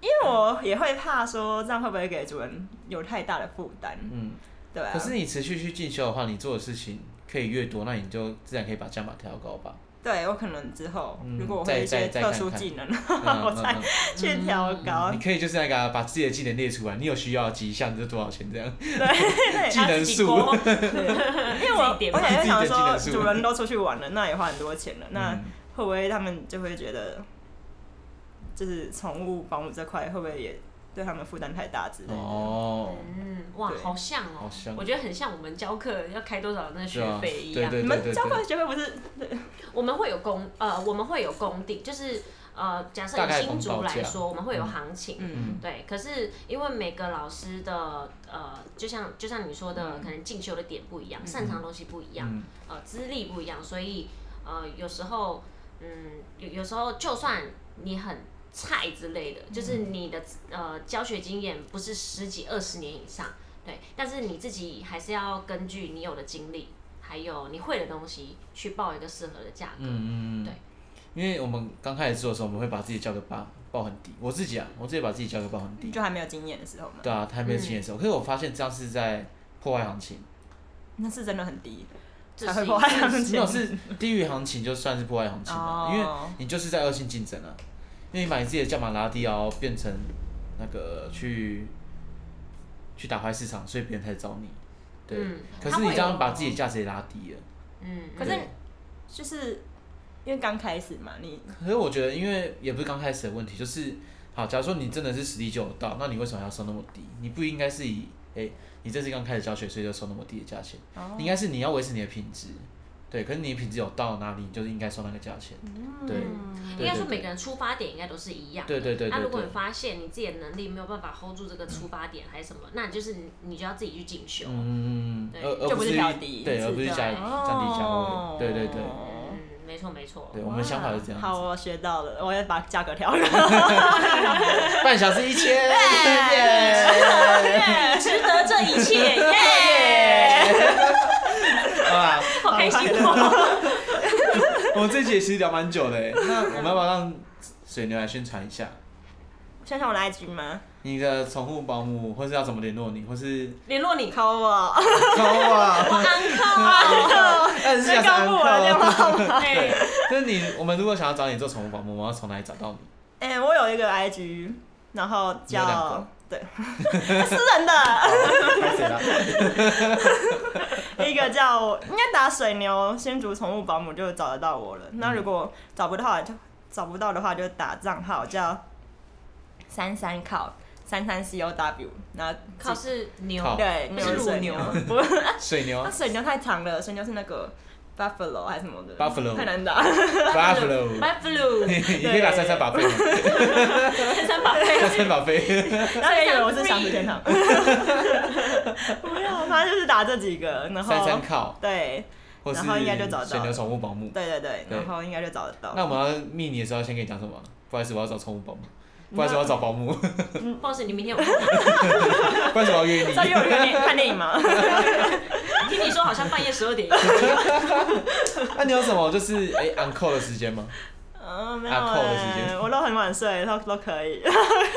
Speaker 2: 因为我也会怕说这样会不会给主人有太大的负担，
Speaker 1: 嗯，
Speaker 2: 对啊
Speaker 1: 可。是你持续去进修的话，你做的事情可以越多，那你就自然可以把价码调高
Speaker 2: [LAUGHS]
Speaker 1: 吧。
Speaker 2: 对我可能之后、
Speaker 1: 嗯
Speaker 2: 如果我会有一
Speaker 1: 再
Speaker 2: 些
Speaker 1: 再再
Speaker 2: 特
Speaker 1: 看
Speaker 2: 殊
Speaker 1: 看
Speaker 2: 技能， [LAUGHS]
Speaker 1: 嗯
Speaker 2: 我才
Speaker 1: 嗯
Speaker 2: 去调高。
Speaker 1: 嗯你可以就是那个啊把自己的技能列出来，你有需要的几项，这多少钱这样？
Speaker 2: 对 [LAUGHS]
Speaker 1: 技能
Speaker 3: 自己
Speaker 1: 树 [LAUGHS]
Speaker 3: 勾
Speaker 2: 因为我
Speaker 3: 自己点
Speaker 2: 我
Speaker 3: 吧
Speaker 2: 也会想说，
Speaker 1: 自己点技能
Speaker 2: 主人都出去玩了，那也花很多钱了，那
Speaker 1: 嗯
Speaker 2: 会不会他们就会觉得，就是宠物保姆这块会不会也对他们负担太大之类的？
Speaker 1: 哦，
Speaker 3: 嗯，哇，
Speaker 2: 对
Speaker 3: 好像哦
Speaker 1: 好，像
Speaker 3: 我觉得很像我们教课要开多少那
Speaker 1: 是
Speaker 3: 学
Speaker 1: 啊，
Speaker 3: 费一
Speaker 1: 对
Speaker 3: 样。
Speaker 1: 对
Speaker 2: 你
Speaker 1: 对嗯
Speaker 2: 们
Speaker 1: 对
Speaker 2: 教会
Speaker 1: 对，
Speaker 2: 学费不是
Speaker 3: 我们会有公呃，我们会有公定，就是呃，假设
Speaker 1: 大
Speaker 3: 以
Speaker 1: 概
Speaker 3: 新
Speaker 1: 公
Speaker 3: 竹
Speaker 1: 报价
Speaker 3: 来说，我们会有行情。
Speaker 2: 嗯
Speaker 3: 对，可是因为每个老师的呃，就像就像你说的，可能进修的点不一样，擅长的东西不一样，
Speaker 1: 嗯
Speaker 3: 呃，资历不一样，所以呃，有时候嗯，有有时候就算你很菜之类的，就是
Speaker 1: 嗯
Speaker 3: 你的呃教学经验不是十几二十年以上，对，但是你自己还是要根据你有的经历，还有你会的东西去报一个适合的价格。
Speaker 1: 嗯嗯嗯，
Speaker 3: 对。
Speaker 1: 因为我们刚开始做的时候，我们会把自己价格报报很低，我自己啊，我自己把自己价格报很低。
Speaker 2: 就还没有经验的时候吗？
Speaker 1: 对啊，还没有经验的时候，可是我发现这样是在破坏行情。
Speaker 2: 那是真的很低，
Speaker 3: 这
Speaker 2: 才会
Speaker 3: 是一
Speaker 2: 破坏
Speaker 3: 个
Speaker 2: 他
Speaker 1: [LAUGHS]
Speaker 2: 们
Speaker 1: 那
Speaker 2: 钱
Speaker 1: 种。
Speaker 3: [LAUGHS]
Speaker 1: 是低于行情，就算是破坏行情了
Speaker 2: 哦，
Speaker 1: 因为你就是在恶性竞争啊。因为你把你自己的价码拉低，然后变成那个去去打坏市场，所以别人才找你。对，
Speaker 3: 嗯
Speaker 1: 可
Speaker 3: 他
Speaker 1: 是
Speaker 3: 会
Speaker 1: 你这样
Speaker 3: 有
Speaker 1: 把自己的价值也拉低了。
Speaker 3: 嗯，
Speaker 2: 可是
Speaker 1: 对
Speaker 2: 就是因为刚开始嘛，你
Speaker 1: 可是我觉得，因为也不是刚开始的问题，就是好，假如说你真的是实力就有到，那你为什么要收那么低？你不应该是以哎、你这是刚开始教学，所以就收那么低的价钱。
Speaker 2: 哦
Speaker 1: 应该是你要维持你的品质，对。可是你的品质有到哪里，你就是应该收那个价钱。
Speaker 2: 嗯
Speaker 1: 对，
Speaker 3: 嗯应
Speaker 1: 对
Speaker 3: 该说
Speaker 1: 对
Speaker 3: 每个人出发点应该都是一样的。
Speaker 1: 对对对对
Speaker 3: 那如果
Speaker 1: 对
Speaker 3: 你发现你自己的能力没有办法 hold 住这个出发点还是什么，那就是你你就要自己去进修。嗯，
Speaker 1: 嗯，
Speaker 3: 对
Speaker 1: 而而
Speaker 2: 就
Speaker 1: 不
Speaker 2: 不是
Speaker 1: 是
Speaker 2: 调低
Speaker 1: 对，
Speaker 2: 是
Speaker 1: 而不是
Speaker 2: 这
Speaker 1: 降降
Speaker 2: 样
Speaker 1: 低价
Speaker 2: 哦
Speaker 1: 位，对对对，
Speaker 3: 嗯没错没错。
Speaker 1: 对，我们想法是这样
Speaker 2: 好，哦
Speaker 1: 子。
Speaker 2: 我学到了，我要把价格调高。
Speaker 1: [LAUGHS] 半小时一千，耶！ [LAUGHS]
Speaker 3: 值得这一切，耶！
Speaker 1: 啊，
Speaker 3: 好开心
Speaker 2: 好
Speaker 3: 哦。
Speaker 1: 我们这集也其实聊蛮久的诶，那我们要不要让水牛来宣传一下
Speaker 2: 想想我的 IG
Speaker 1: [LAUGHS]
Speaker 2: 吗？
Speaker 1: 你的宠物保姆，或是要怎么联络你，或是
Speaker 3: [LAUGHS]
Speaker 2: [LAUGHS]
Speaker 1: [LAUGHS]
Speaker 3: 联络你，
Speaker 2: 扣我，
Speaker 1: 高啊，
Speaker 2: 啊
Speaker 1: 但是想
Speaker 2: 告诉我的电话号码。
Speaker 3: 对，
Speaker 1: 啊
Speaker 4: [LAUGHS]
Speaker 1: 就是你，我们如果想要找你做宠物保姆，我们要从哪里找到你？
Speaker 2: 哎、我有一个 IG，然后
Speaker 1: 你有两个
Speaker 2: 叫对 [LAUGHS] 私人的，
Speaker 1: 拍谁啦？
Speaker 2: 一个叫应该打水牛先竹宠物保姆就找得到我了。那如果找不到就找不到的话，就打账号叫三三靠三三 C O W，然后
Speaker 3: 考试牛，
Speaker 1: 靠
Speaker 2: 对
Speaker 3: 不是乳
Speaker 2: 水
Speaker 3: 牛 [LAUGHS]
Speaker 2: 不是
Speaker 1: 水牛
Speaker 2: [LAUGHS] 那水牛太长了，水牛是那个 buffalo 还是什么的
Speaker 1: Buffalo
Speaker 2: 太难打。
Speaker 1: ，Buffalo，
Speaker 2: [LAUGHS]
Speaker 3: ，Buffalo，
Speaker 1: [LAUGHS] 你可以打三三把费吗？
Speaker 3: 三三八
Speaker 1: 三三把费，
Speaker 2: 然后也以为我是想死天堂，不 [LAUGHS]
Speaker 3: [LAUGHS]
Speaker 2: 要，反正就是打这几个，然后
Speaker 1: 三三靠。
Speaker 2: 对
Speaker 1: 或是
Speaker 2: 然后应该就找到
Speaker 1: 水牛宠物保姆。
Speaker 2: 对对对，
Speaker 1: 对
Speaker 2: 然后应该就找得到。
Speaker 1: 那我们要密你的时候，先跟你讲什么？不好意思，我要找宠物保姆。
Speaker 2: 嗯
Speaker 1: 不然说要找保
Speaker 2: [LAUGHS]
Speaker 1: 姆，
Speaker 3: 不好意思，你明天有空吗
Speaker 1: 不然说
Speaker 2: [LAUGHS]
Speaker 1: 要约你。
Speaker 2: 在幼儿园看电影吗？
Speaker 4: [LAUGHS] 听你说好像半夜十二点，
Speaker 1: 那你有什么就是哎 uncle 的时间吗？
Speaker 2: 嗯，没有、
Speaker 1: 啊扣的时
Speaker 2: 欸，
Speaker 1: 间
Speaker 2: 我都很晚睡，都都可
Speaker 1: [LAUGHS]
Speaker 2: 以，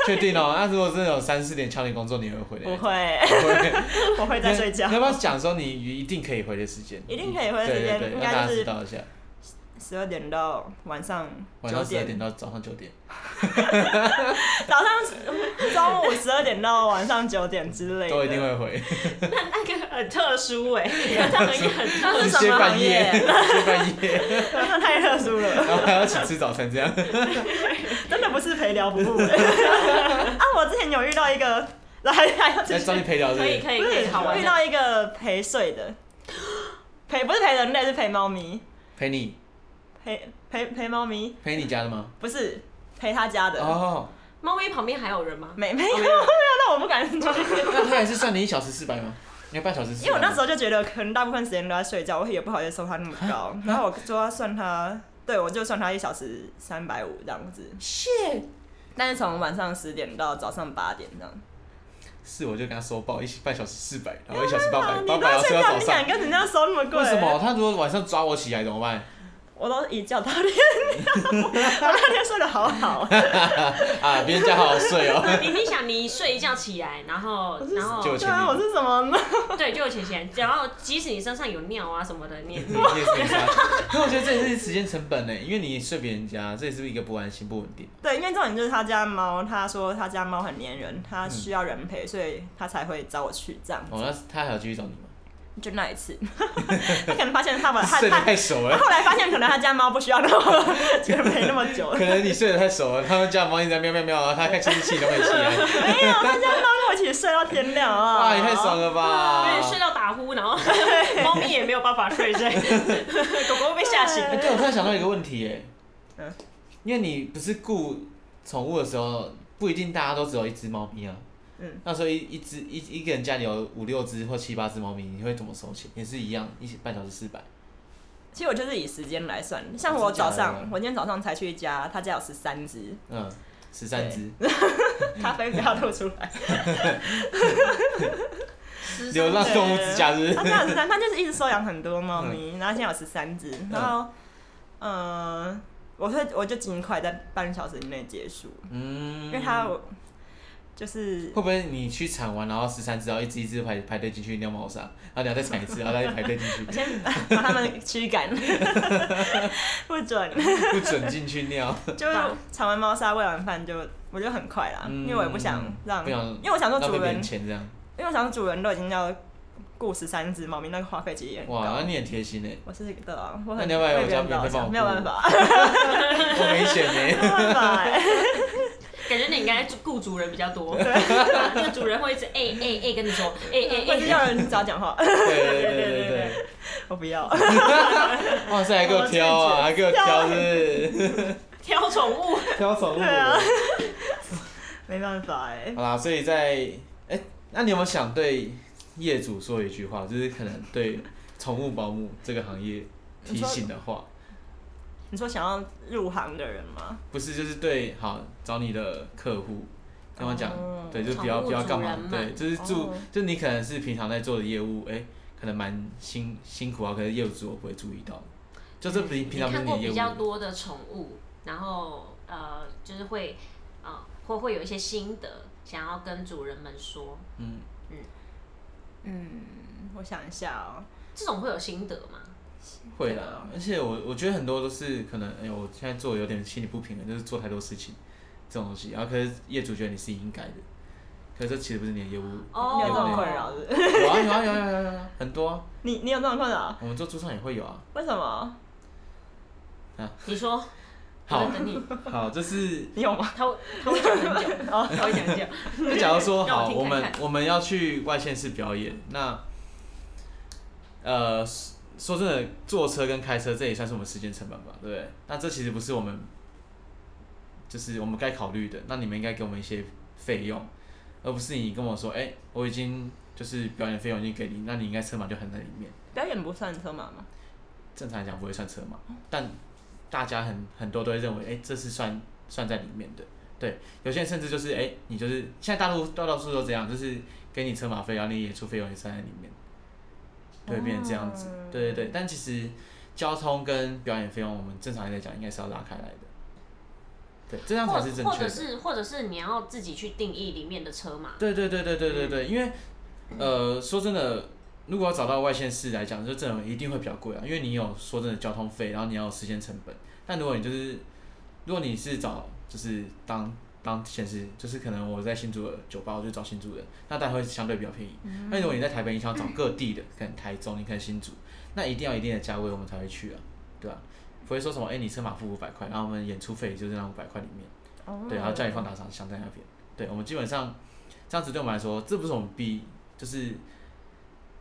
Speaker 1: 确定哦。那如果真的有三四点敲你工作，你会回来？
Speaker 2: 不会， [LAUGHS]
Speaker 1: 不会。
Speaker 2: 我 [LAUGHS] 会在睡觉
Speaker 1: 你。要不要讲说你一定可以回的时间？
Speaker 2: 一定可以回的时间
Speaker 1: 对对对
Speaker 2: 应
Speaker 1: 让
Speaker 2: 该
Speaker 1: 大家
Speaker 2: 就是
Speaker 1: 知道一下，
Speaker 2: 十二点到晚上
Speaker 1: 晚
Speaker 2: 九
Speaker 1: 上十二点
Speaker 2: 点，
Speaker 1: 到早上九点。
Speaker 2: 早上中午十二点到晚上九点之类的，
Speaker 1: 都一定会回，
Speaker 4: 那那个 [LAUGHS] 很特殊 [LAUGHS] 哎，这样也很特殊。
Speaker 1: [LAUGHS]
Speaker 2: 是
Speaker 1: 直
Speaker 2: 什
Speaker 1: 接
Speaker 2: 么
Speaker 1: 半
Speaker 2: 行
Speaker 1: 夜，
Speaker 2: [LAUGHS] 业？
Speaker 1: 直接半夜， [LAUGHS]
Speaker 2: 真的太特殊了，
Speaker 1: 然后还要请吃早
Speaker 2: [LAUGHS]
Speaker 1: 餐这样。
Speaker 2: 真的不是陪聊服
Speaker 1: [LAUGHS]
Speaker 2: 务、欸。啊，我之前有遇到一个， [LAUGHS] 来还要
Speaker 1: 来
Speaker 2: 继续
Speaker 1: 哎找你陪聊是不
Speaker 4: 可以
Speaker 1: 是？
Speaker 4: 可以
Speaker 2: 不
Speaker 4: 可以，
Speaker 2: 是
Speaker 4: 哎好玩
Speaker 2: 遇
Speaker 4: 的。
Speaker 2: 到一个陪睡的，陪不是陪人类，是陪猫咪，
Speaker 1: 陪你
Speaker 2: 陪陪陪猫咪，
Speaker 1: 陪你家的吗？
Speaker 2: 不是陪他家的，
Speaker 1: 哦，
Speaker 4: 猫咪旁边还有人吗？
Speaker 2: 没没 [LAUGHS] 有没有，那我不敢出去。
Speaker 1: 那他也是算你一小时四百吗？你要半小时400吗？
Speaker 2: 因为我那时候就觉得，可能大部分时间都在睡觉，我也不好意思收他那么 [LAUGHS] 高。然后我就要算他，对我就算他一小时三百五这样子。
Speaker 4: 是，
Speaker 2: 但是从晚上十点到早上八点这样。
Speaker 1: 是我就跟他收报一半小时四百，然后一小时八百，
Speaker 2: 你
Speaker 1: 八
Speaker 2: 都在
Speaker 1: 百啊要
Speaker 2: 睡
Speaker 1: 睡到
Speaker 2: 觉，
Speaker 1: 早
Speaker 2: 你
Speaker 1: 上
Speaker 2: 敢。跟人家收那么贵？
Speaker 1: 为什么？？他如果晚上抓我起来怎么办？
Speaker 2: [LAUGHS] 我都一觉到天亮，我那天睡得好
Speaker 1: [LAUGHS]
Speaker 2: 好，
Speaker 1: 啊，别人家好好睡哦。
Speaker 4: 你你想你睡一觉起来，然后然
Speaker 1: 就有
Speaker 4: 后
Speaker 2: 对啊，我是什么呢？
Speaker 4: 对就有钱钱，然后即使你身上有尿啊什么的，你也
Speaker 1: 嗯你也是没差。可我觉得这也是时间成本呢，因为你睡别人家，这也是一个不安心、不稳定。
Speaker 2: 对，因为重点就是他家猫，他说他家猫很粘人，他需要人陪，所以他才会找我去这样。
Speaker 1: 哦，那他还要继续找你吗？
Speaker 2: 就那一次， [LAUGHS] 他可能发现他把他
Speaker 1: 睡得
Speaker 2: 他
Speaker 1: 太熟
Speaker 2: 他
Speaker 1: 了，
Speaker 2: 后来发现，可能他家猫不需要那么，就陪那么久了
Speaker 1: 可。能你睡得太熟了，他们家的猫一直在喵喵喵，然后他看监视器都没起来。
Speaker 2: 没有，他家猫跟我一起睡到天亮啊！
Speaker 1: 哇，也太爽了
Speaker 2: 嗯
Speaker 1: 吧！
Speaker 4: 睡到打呼，然后猫咪也没有办法睡着，狗狗被吓醒。
Speaker 1: 哎，对，我突然想到一个问题，哎，
Speaker 2: 嗯
Speaker 1: 因为你不是雇宠物的时候，不一定大家都只有一只猫咪啊。
Speaker 2: 嗯，
Speaker 1: 那时候一一只一一个人家里有五六只或七八只猫咪，你会怎么收钱？也是一样，一半小时四百。
Speaker 2: 其实我就是以时间来算，像我早上，我今天早上才去一家，他家有十三
Speaker 1: [LAUGHS]
Speaker 2: 只
Speaker 1: 嗯，十三只，
Speaker 2: 咖啡，不要吐出来。
Speaker 1: 流浪动物之家是不
Speaker 2: 他
Speaker 1: 嗯是？
Speaker 2: 家有十三，他就是一直收养很多猫咪，然后现在有十三只，然后，嗯，我会我就尽快在半小时以内结束，
Speaker 1: 嗯，
Speaker 2: 因为他我就是
Speaker 1: 会不会你去铲完，然后十三只，然后一只一只排排队进去尿猫砂，然后你要再铲一次，然后再排队
Speaker 2: [LAUGHS]
Speaker 1: 进去
Speaker 2: 我，先把他们驱
Speaker 1: [LAUGHS]
Speaker 2: 赶，不准。
Speaker 1: 不准进去尿。
Speaker 2: 就是铲完猫砂、喂完饭就，我就很快啦，
Speaker 1: 嗯
Speaker 2: 因为我也不想让，
Speaker 1: 不想
Speaker 2: 因为我想说
Speaker 1: 浪
Speaker 2: 主
Speaker 1: 费别
Speaker 2: 人
Speaker 1: 人，钱这样。
Speaker 2: 因为我想说主人都已经要雇十三只猫咪，那个花费其实也很
Speaker 1: 哇，
Speaker 2: 高
Speaker 1: 那。你很贴心哎，
Speaker 2: 我是对啊，我
Speaker 1: 那
Speaker 2: 很
Speaker 1: 你要不要来我家
Speaker 2: 为别人
Speaker 1: 免费帮
Speaker 2: 着
Speaker 1: 我
Speaker 2: 想没有
Speaker 1: 雇
Speaker 2: 办法，
Speaker 1: 我没钱
Speaker 2: 没 [LAUGHS]
Speaker 1: 哎。
Speaker 2: 有办法、欸，
Speaker 4: 感觉你应该雇主人比较多， [LAUGHS] 那个主人会一直哎哎哎跟你说哎
Speaker 2: 我
Speaker 4: 哎
Speaker 2: 是
Speaker 4: 哎，
Speaker 2: 要人找他讲话，
Speaker 1: 对对对对对
Speaker 2: 我不要。
Speaker 1: 对，哇塞，还给我挑啊，还给我挑是不是
Speaker 4: 挑宠物，
Speaker 1: 挑宠物
Speaker 2: 欸对啊，没办法哎、
Speaker 1: 好啦，所以在哎、那你有没有想对业主说一句话，就是可能对宠物保姆这个行业提醒的话，
Speaker 2: 你说想要入行的人吗？
Speaker 1: 不是就是对好找你的客户。跟我讲
Speaker 2: 哦，
Speaker 1: 对，就不要
Speaker 3: 宠物
Speaker 1: 不要干
Speaker 3: 主
Speaker 1: 嘛
Speaker 3: 人，嘛
Speaker 1: 对，就是注，
Speaker 2: 哦
Speaker 1: 就你可能是平常在做的业务，哎、可能蛮辛辛苦啊，可是业主我不会注意到，就这平平
Speaker 4: 嗯你
Speaker 1: 常不是
Speaker 4: 看
Speaker 1: 你
Speaker 4: 过
Speaker 1: 的业
Speaker 4: 比较
Speaker 1: 务，
Speaker 4: 多的宠物，然后呃就是会啊或会有一些心得想要跟主人们说，
Speaker 1: 嗯，
Speaker 2: 嗯，我想一下哦、
Speaker 4: 这种会有心得吗？
Speaker 1: 会
Speaker 2: 对
Speaker 1: 啦
Speaker 2: 啊。
Speaker 1: 而且我我觉得很多都是可能，哎、我现在做得有点心理不平衡，就是做太多事情这种东西，然后可是业主觉得你是应该的，可是这其实不是你的业务。
Speaker 4: 哦
Speaker 2: 你有
Speaker 1: 业
Speaker 2: 这种
Speaker 1: 务内容
Speaker 4: [LAUGHS]
Speaker 2: 困扰是不是？
Speaker 1: 有啊有啊有啊有啊有啊有啊，很多啊，
Speaker 2: 你你有这种困扰？
Speaker 1: 我们做驻唱也会有啊。
Speaker 2: 为什么？
Speaker 4: 你说，我
Speaker 1: 好
Speaker 4: 在等你，
Speaker 1: 好，就是
Speaker 2: 你有吗？
Speaker 4: 他会他会讲 [LAUGHS] 很久，哦他会讲很久，
Speaker 1: 就假如
Speaker 4: [LAUGHS]
Speaker 1: 说
Speaker 4: 让
Speaker 1: 好，
Speaker 4: 我听看看
Speaker 1: 我们我们要去外县市表演，那呃说说真的，坐车跟开车这也算是我们时间成本吧，对不对？那这其实不是我们就是我们该考虑的，那你们应该给我们一些费用，而不是你跟我说，哎、我已经就是表演费用已经给你，那你应该车马就含在里面。
Speaker 2: 表演不算车马吗？
Speaker 1: 正常来讲不会算车嘛，但大家很很多都会认为，哎、这是算算在里面的，对，有些人甚至就是哎、你就是现在大陆大多数都这样，就是给你车马费，然后你演出费用也算在里面，对，变成这样子。对对对，但其实交通跟表演费用，我们正常人来讲应该是要拉开来的。对，这样
Speaker 4: 或
Speaker 1: 才是正
Speaker 4: 或
Speaker 1: 确
Speaker 4: 者
Speaker 1: 的。
Speaker 4: 是或者是你要自己去定义里面的车嘛，
Speaker 1: 对对对对对对对，因为呃，说真的，如果要找到外县市来讲，就这种一定会比较贵啊，因为你有说真的交通费，然后你要有时间成本。但如果你就是，如果你是找就是当当县市，就是可能我在新竹的酒吧，我就找新竹人，那当然会相对比较便宜。那、如果你在台北，你想要找各地的，可能台中，你可能新竹，那一定要一定的价位我们才会去啊，对吧、不会说什么，哎、你车马付五百块，然后我们演出费就是那五百块里面。对，然后叫你放打赏箱在那边。对，我们基本上这样子对我们来说，这不是我们必，就是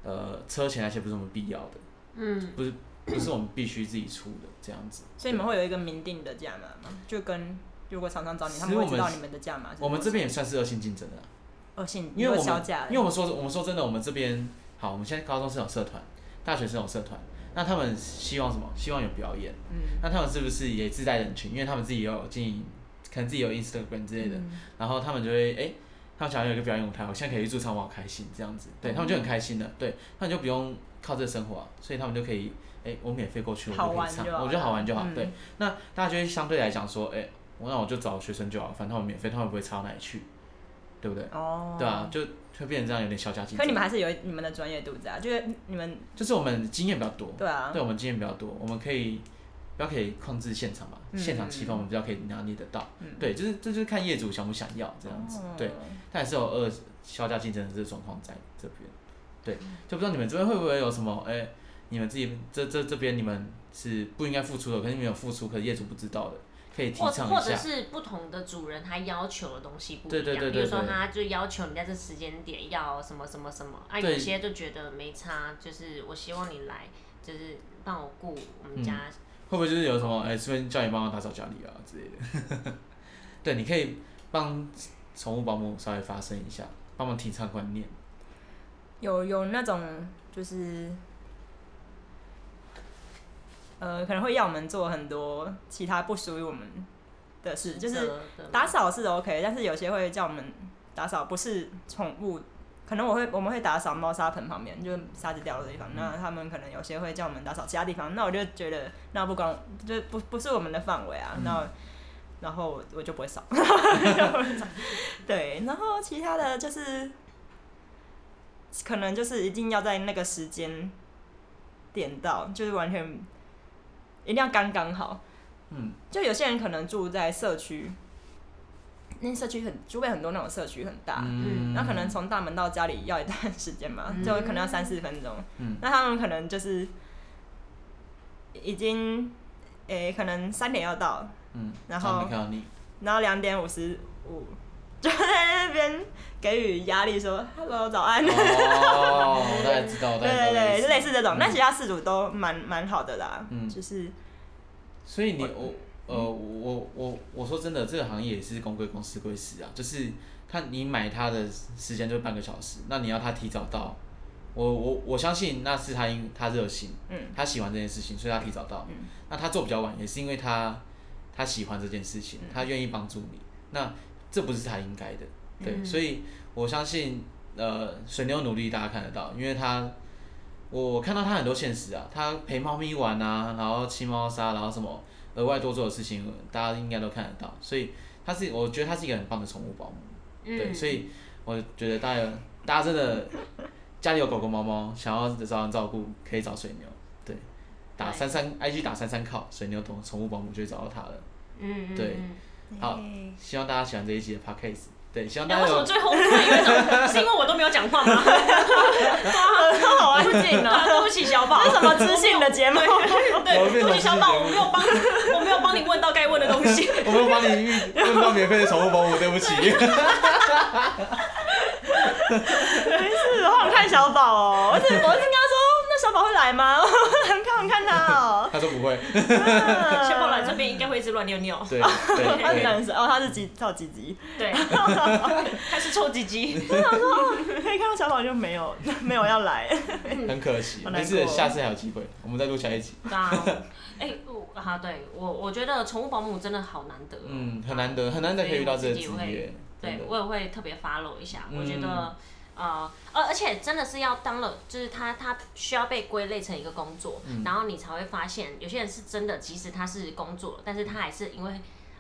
Speaker 1: 呃车钱那些不是我们必要的，
Speaker 4: 嗯，
Speaker 1: 不是不是我们必须自己出的这样子。
Speaker 2: 所以你们会有一个明定的价码吗？就跟如果常常找你，他
Speaker 1: 其
Speaker 2: 们
Speaker 1: 实我
Speaker 2: 会
Speaker 1: 们
Speaker 2: 知道你们的价码是多少。
Speaker 1: 我们这边也算是恶性竞争的、啊，
Speaker 2: 恶性，
Speaker 1: 因为我
Speaker 2: 你会削
Speaker 1: 们
Speaker 2: 价了，
Speaker 1: 因为我们说我们说真的，我们这边好，我们现在高中生有社团，大学生有社团，那他们希望什么？希望有表演。
Speaker 2: 嗯，
Speaker 1: 那他们是不是也自带人群？因为他们自己也有经营，可能自己有 Instagram 之类
Speaker 2: 嗯
Speaker 1: 的，然后他们就会哎、诶他们想要有一个表演舞台，我现在可以去驻唱，我好开心这样子，对
Speaker 2: 嗯
Speaker 1: 他们就很开心了，对，他们就不用靠这个生活、啊，所以他们就可以哎、诶我免费过去，我就
Speaker 2: 好
Speaker 1: 可
Speaker 2: 玩
Speaker 1: 以唱
Speaker 2: 就，好
Speaker 1: 我觉得好玩就好，
Speaker 2: 嗯
Speaker 1: 对，那大家就会相对来讲说，哎、我那我就找学生就好，反正他们免费，他们不会差到哪里去，对不对？
Speaker 2: 哦，
Speaker 1: 对啊，就会变成这样，有点小家竞
Speaker 2: 可你们
Speaker 1: 争。
Speaker 2: 还是有你们的专业度在啊，就是你们
Speaker 1: 就是我们经验比较多，
Speaker 2: 对啊，
Speaker 1: 对我们经验比较多，我们可以比较可以控制现场嘛，
Speaker 2: 嗯
Speaker 1: 现场气氛我们比较可以拿捏得到。
Speaker 2: 嗯哦
Speaker 1: 对，就是这就是看业主想不想要这样子。对，但也是有二销价竞争的这个状况在这边。对，
Speaker 2: 嗯
Speaker 1: 就不知道你们这边会不会有什么哎、你们自己这这这边你们是不应该付出的，可是你们有付出，可是业主不知道的，可以提
Speaker 4: 或
Speaker 1: 倡
Speaker 4: 或
Speaker 1: 一
Speaker 4: 者
Speaker 1: 下。
Speaker 4: 是不同的主人他要求的东西不一
Speaker 1: 对
Speaker 4: 样，
Speaker 1: 对对对
Speaker 4: 比如说
Speaker 1: 对
Speaker 4: 他就要求你在这时间点要什么什么什么，啊，
Speaker 1: 对
Speaker 4: 有些就觉得没差，就是我希望你来，就是帮我顾我们家，
Speaker 1: 会不会就是有什么哎，顺、便叫你帮忙打扫家里啊之类的？ [LAUGHS] 对，你可以帮宠物保姆稍微发声一下，帮忙提倡观念。
Speaker 2: 有有那种就是，呃，可能会要我们做很多其他不属于我们的事，就是打扫是 OK，但是有些会叫我们打扫不是宠物，可能我会我们会打扫猫砂盆旁边，就是沙子掉的地方。那他们可能有些会叫我们打扫其他地方，那我就觉得那不关我，就不不是我们的范围啊。那、然后我我就不会扫，对，然后其他的就是可能就是一定要在那个时间点到，就是完全一定要刚刚好。
Speaker 1: 嗯，
Speaker 2: 就有些人可能住在社区，那社区很，竹北很多那种社区很大，
Speaker 1: 嗯，
Speaker 2: 啊那可能从大门到家里要一段时间嘛，就可能要三四分钟。
Speaker 1: 嗯
Speaker 2: 那他们可能就是已经，诶、可能三点要到，
Speaker 1: 嗯，
Speaker 2: 然
Speaker 1: 他
Speaker 2: 后
Speaker 1: 没看到你，
Speaker 2: [LAUGHS] 然后两点五十五就在那边给予压力说 “hello 早安”，
Speaker 1: 哦，我大概知道，我大
Speaker 2: 对
Speaker 1: 概
Speaker 2: [LAUGHS] 对
Speaker 1: 知道
Speaker 2: 对，就类
Speaker 1: 思。
Speaker 2: 似这种。那其他四组都蛮蛮好的啦，
Speaker 1: 嗯
Speaker 2: 就是
Speaker 1: 所以你我呃
Speaker 2: 嗯
Speaker 1: 我我我说真的，这个行业也是公归公，私归私啊，就是看你买它的时间就是半个小时，那你要他提早到，我我我相信那是他因他热心，
Speaker 2: 嗯，
Speaker 1: 他喜欢这件事情，所以他提早到。
Speaker 2: 嗯
Speaker 1: 那他做比较晚也是因为他他喜欢这件事
Speaker 2: 嗯
Speaker 1: 情，他愿意帮助你，那这不是他应该的，对，
Speaker 2: 嗯
Speaker 1: 所以我相信呃水牛努力大家看得到，因为他。我看到他很多现实啊，他陪猫咪玩啊，然后清猫砂，然后什么额外多做的事情，大家应该都看得到。所以他是，我觉得他是一个很棒的宠物保姆。
Speaker 4: 嗯
Speaker 1: 对，所以我觉得大家大家真的家里有狗狗、猫猫，想要找人照顾，可以找水牛。对，打三三 IG 打三三靠水牛懂宠物保姆就会找到他了。
Speaker 4: 嗯，嗯
Speaker 1: 对
Speaker 4: 嗯
Speaker 1: 好，希望大家喜欢这一集的 podcast。对，希望
Speaker 4: 哎、
Speaker 1: 大家
Speaker 4: 为什么
Speaker 1: 有
Speaker 4: 最后面有一种是因为我都没有讲话吗？
Speaker 2: 啊好安静 [LAUGHS] 哦，
Speaker 4: 对不起，小宝，
Speaker 2: 这是什么知性的节目？
Speaker 1: 我
Speaker 4: 对，
Speaker 1: 变
Speaker 4: 对
Speaker 1: 成
Speaker 4: 不起，小宝，
Speaker 1: 知
Speaker 4: 我
Speaker 1: 性节目
Speaker 4: 没有帮，我没有帮你问到该问的东西。
Speaker 1: 我没有帮你预问到免费的宠物保姆，对不起。 [LAUGHS]
Speaker 2: 没事，我好想看小宝哦。我只我是跟他说，那小宝宝会来吗？ [LAUGHS] 我很看我看他
Speaker 1: [LAUGHS]
Speaker 2: 哦。
Speaker 1: 他说不会，
Speaker 3: 小宝来这边应该会一直乱尿尿，
Speaker 4: [LAUGHS]
Speaker 1: 对
Speaker 2: 他是
Speaker 1: 对对，
Speaker 2: 男生哦，他是几到几 [LAUGHS] 级？
Speaker 3: 对，他是臭鸡鸡，
Speaker 2: 可以看到小宝就没有 [LAUGHS] 没有要来，
Speaker 3: [LAUGHS]
Speaker 1: 很可惜，
Speaker 2: 好难
Speaker 1: 没事，
Speaker 2: 过
Speaker 1: 下次还有机会，我们再录下一集。
Speaker 3: 哇哦，哎，我啊，对我我觉得宠物保姆真的好难得哦，
Speaker 1: 嗯，很难得，很难得可以遇到这个职
Speaker 3: 所以我自己
Speaker 1: 业，真
Speaker 3: 对
Speaker 1: 的，
Speaker 3: 我也会特别 follow 一下。
Speaker 1: 嗯
Speaker 3: 我觉得，呃，而而且真的是要当了，就是他他需要被归类成一个工作，
Speaker 1: 嗯
Speaker 3: 然后你才会发现，有些人是真的，即使他是工作，但是他还是因为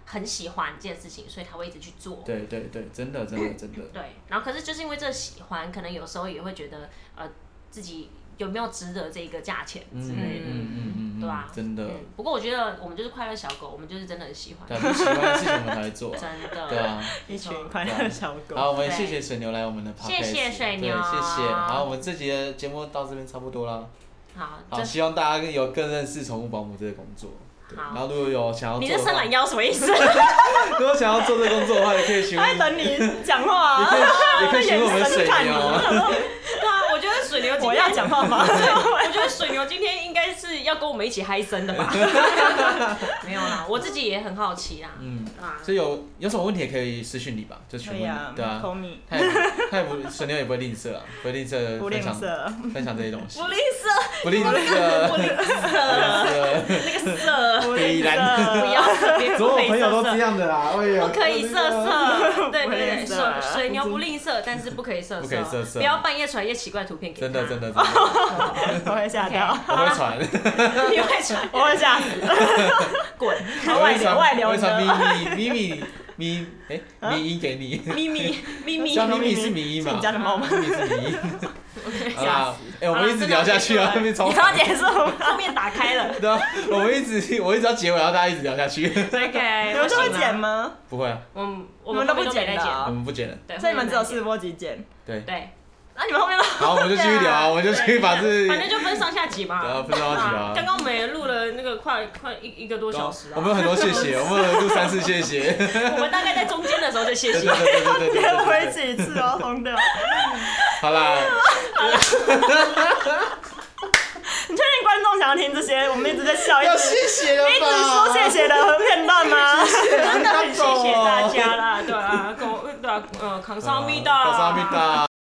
Speaker 3: 很喜欢这件事情，所以他会一直去做。
Speaker 1: 对对对，真的真的真的，
Speaker 3: 对，然后可是就是因为这喜欢，可能有时候也会觉得，呃，自己有没有值得这个价钱
Speaker 1: 嗯
Speaker 3: 之
Speaker 1: 嗯
Speaker 3: 类的。
Speaker 1: 嗯嗯嗯，
Speaker 3: 对啊
Speaker 1: 真的，
Speaker 3: 不过我觉得我们就是快乐小狗，我们就是真的很喜欢，
Speaker 1: 对啊，不喜欢的事情我们才会做啊，
Speaker 3: [LAUGHS] 真的。
Speaker 1: 对啊。
Speaker 2: 一群快乐的小
Speaker 1: 好，
Speaker 2: 狗。
Speaker 1: 我们
Speaker 3: 对
Speaker 1: 谢谢水牛来我们的 podcast，
Speaker 3: 谢谢水牛
Speaker 1: 对谢谢。好，我们这集的节目到这边差不多啦。
Speaker 3: 好，
Speaker 1: 好，
Speaker 3: 这
Speaker 1: 希望大家更有更认识宠物保姆这个工作。对，
Speaker 3: 好
Speaker 1: 然后如果有想要
Speaker 3: 你
Speaker 1: 做
Speaker 3: 这
Speaker 1: 的
Speaker 3: 伸
Speaker 1: 话，
Speaker 3: 懒腰什么意思？
Speaker 1: 如果想要做这个工作的话，也可以询
Speaker 2: 他
Speaker 1: 问，
Speaker 3: [LAUGHS]
Speaker 2: 在
Speaker 1: 也
Speaker 2: 等你讲话啊
Speaker 1: 可！以也可以询问我们水
Speaker 2: 眼神看
Speaker 1: 牛
Speaker 2: 你
Speaker 1: 啊。
Speaker 3: 对啊，我觉得水牛今天
Speaker 2: 我要讲话
Speaker 1: [LAUGHS]
Speaker 2: 吗？
Speaker 3: [LAUGHS] 我觉得水牛今天应该是要跟我们一起嗨森
Speaker 2: [LAUGHS]
Speaker 3: 的吧？没有啦，我自己也很好奇啦。
Speaker 1: 嗯，
Speaker 3: 啊，
Speaker 1: 所以有有什么问题也可以私讯你吧，就询
Speaker 2: 可
Speaker 1: 问
Speaker 2: 以
Speaker 1: 你
Speaker 2: 啊
Speaker 1: 对啊
Speaker 3: 嗯
Speaker 2: ，call。me，
Speaker 1: 他
Speaker 3: [LAUGHS]
Speaker 1: 也不他也不水牛也不会吝啬啊，不会吝啬
Speaker 2: [LAUGHS] 不
Speaker 1: 分
Speaker 2: 吝
Speaker 1: 享
Speaker 2: 啬。
Speaker 1: [LAUGHS] 分享这些东西，
Speaker 3: 不吝啬，
Speaker 1: 不吝啬， [LAUGHS]
Speaker 3: 不吝啬，
Speaker 1: 吝
Speaker 3: 那个色
Speaker 2: 不
Speaker 1: 依
Speaker 2: 吝
Speaker 1: 然
Speaker 3: 不
Speaker 1: [LAUGHS]
Speaker 2: 啬，
Speaker 3: 要色，别
Speaker 1: 啬，
Speaker 3: 不
Speaker 1: 所
Speaker 3: 可
Speaker 1: 有
Speaker 3: 以
Speaker 1: 朋友
Speaker 3: 色
Speaker 1: 都这
Speaker 3: 色。
Speaker 1: 样的啦，哎呦
Speaker 3: 不可以色色，对对对，
Speaker 2: 啊不吝啬
Speaker 3: 水水牛不吝啬，但是不可以色
Speaker 1: 不可以色色
Speaker 3: 不要半夜传一些奇怪的图片给他。
Speaker 1: 真的真
Speaker 3: 的，
Speaker 1: 的真的，
Speaker 2: 我会吓到，
Speaker 1: 我会传。
Speaker 3: 你会传
Speaker 2: [LAUGHS] 我会吓死。[LAUGHS]
Speaker 3: 滚，
Speaker 1: 我
Speaker 2: 外
Speaker 1: 会
Speaker 2: 流
Speaker 1: 传
Speaker 2: 外流
Speaker 1: 我会传
Speaker 2: 呢？
Speaker 1: 咪咪咪咪咪，哎，咪音给你，
Speaker 3: 啊
Speaker 2: [LAUGHS]
Speaker 3: 咪咪
Speaker 1: [LAUGHS]
Speaker 3: 咪咪
Speaker 1: 知，道咪咪是咪音
Speaker 2: 是
Speaker 1: 嘛？啊
Speaker 2: 你家的猫吗
Speaker 1: 咪？咪是咪音。
Speaker 3: [LAUGHS]
Speaker 1: 好啦，哎，我
Speaker 3: 好
Speaker 1: 们一
Speaker 3: 啦
Speaker 1: 直
Speaker 3: 真的
Speaker 1: 聊下
Speaker 3: 要
Speaker 1: 去啊，
Speaker 3: 结
Speaker 1: 那
Speaker 3: 束
Speaker 2: [LAUGHS] 你
Speaker 1: 边超
Speaker 2: 要结束吗？
Speaker 3: 后面打开了。
Speaker 1: 对啊，我们一直我一直要结尾，然后大家一直聊下去。
Speaker 3: OK，
Speaker 2: [LAUGHS]
Speaker 3: [LAUGHS]
Speaker 2: 你们就会
Speaker 3: 不行啊
Speaker 2: 剪？吗？
Speaker 1: 不会啊，
Speaker 3: 我们我
Speaker 2: 你们都不
Speaker 3: 后面
Speaker 2: 剪
Speaker 3: 没
Speaker 2: 的
Speaker 3: 在
Speaker 2: 啊
Speaker 1: 我们不剪了。
Speaker 3: 对，
Speaker 2: 所以你们只有
Speaker 3: 后面没在剪
Speaker 2: 四波集剪。
Speaker 1: 对，
Speaker 3: 对，啊
Speaker 2: 那你们后 [LAUGHS] 面都
Speaker 1: 好，我们就继续聊啊，我就继续把这，
Speaker 3: 反正就分上下集嘛。
Speaker 1: 对啊分上下集啊
Speaker 3: 刚刚我们也录了那个快快一一个多小时啊。
Speaker 1: 我们有很多谢谢，我们有录三次谢
Speaker 3: [LAUGHS]
Speaker 1: 谢，
Speaker 3: 我们大概在中间的时候就谢
Speaker 1: 对对
Speaker 3: 谢 [LAUGHS]
Speaker 1: 对。对对对对
Speaker 2: 剪
Speaker 1: 对
Speaker 2: 回
Speaker 1: 对。
Speaker 2: 几 [LAUGHS] 次，我要哦疯掉。 [LAUGHS]
Speaker 1: 好啦，
Speaker 2: 你确定观众想要听这些？我们一直在笑，一
Speaker 1: 要
Speaker 2: 直
Speaker 1: 谢谢了吧？
Speaker 2: 一直说谢谢的片段吗？[LAUGHS]
Speaker 1: 真
Speaker 3: 真的很谢谢大。家啦，对啊，跟我对啊，呃，康桑密达，
Speaker 1: 好，萨米达。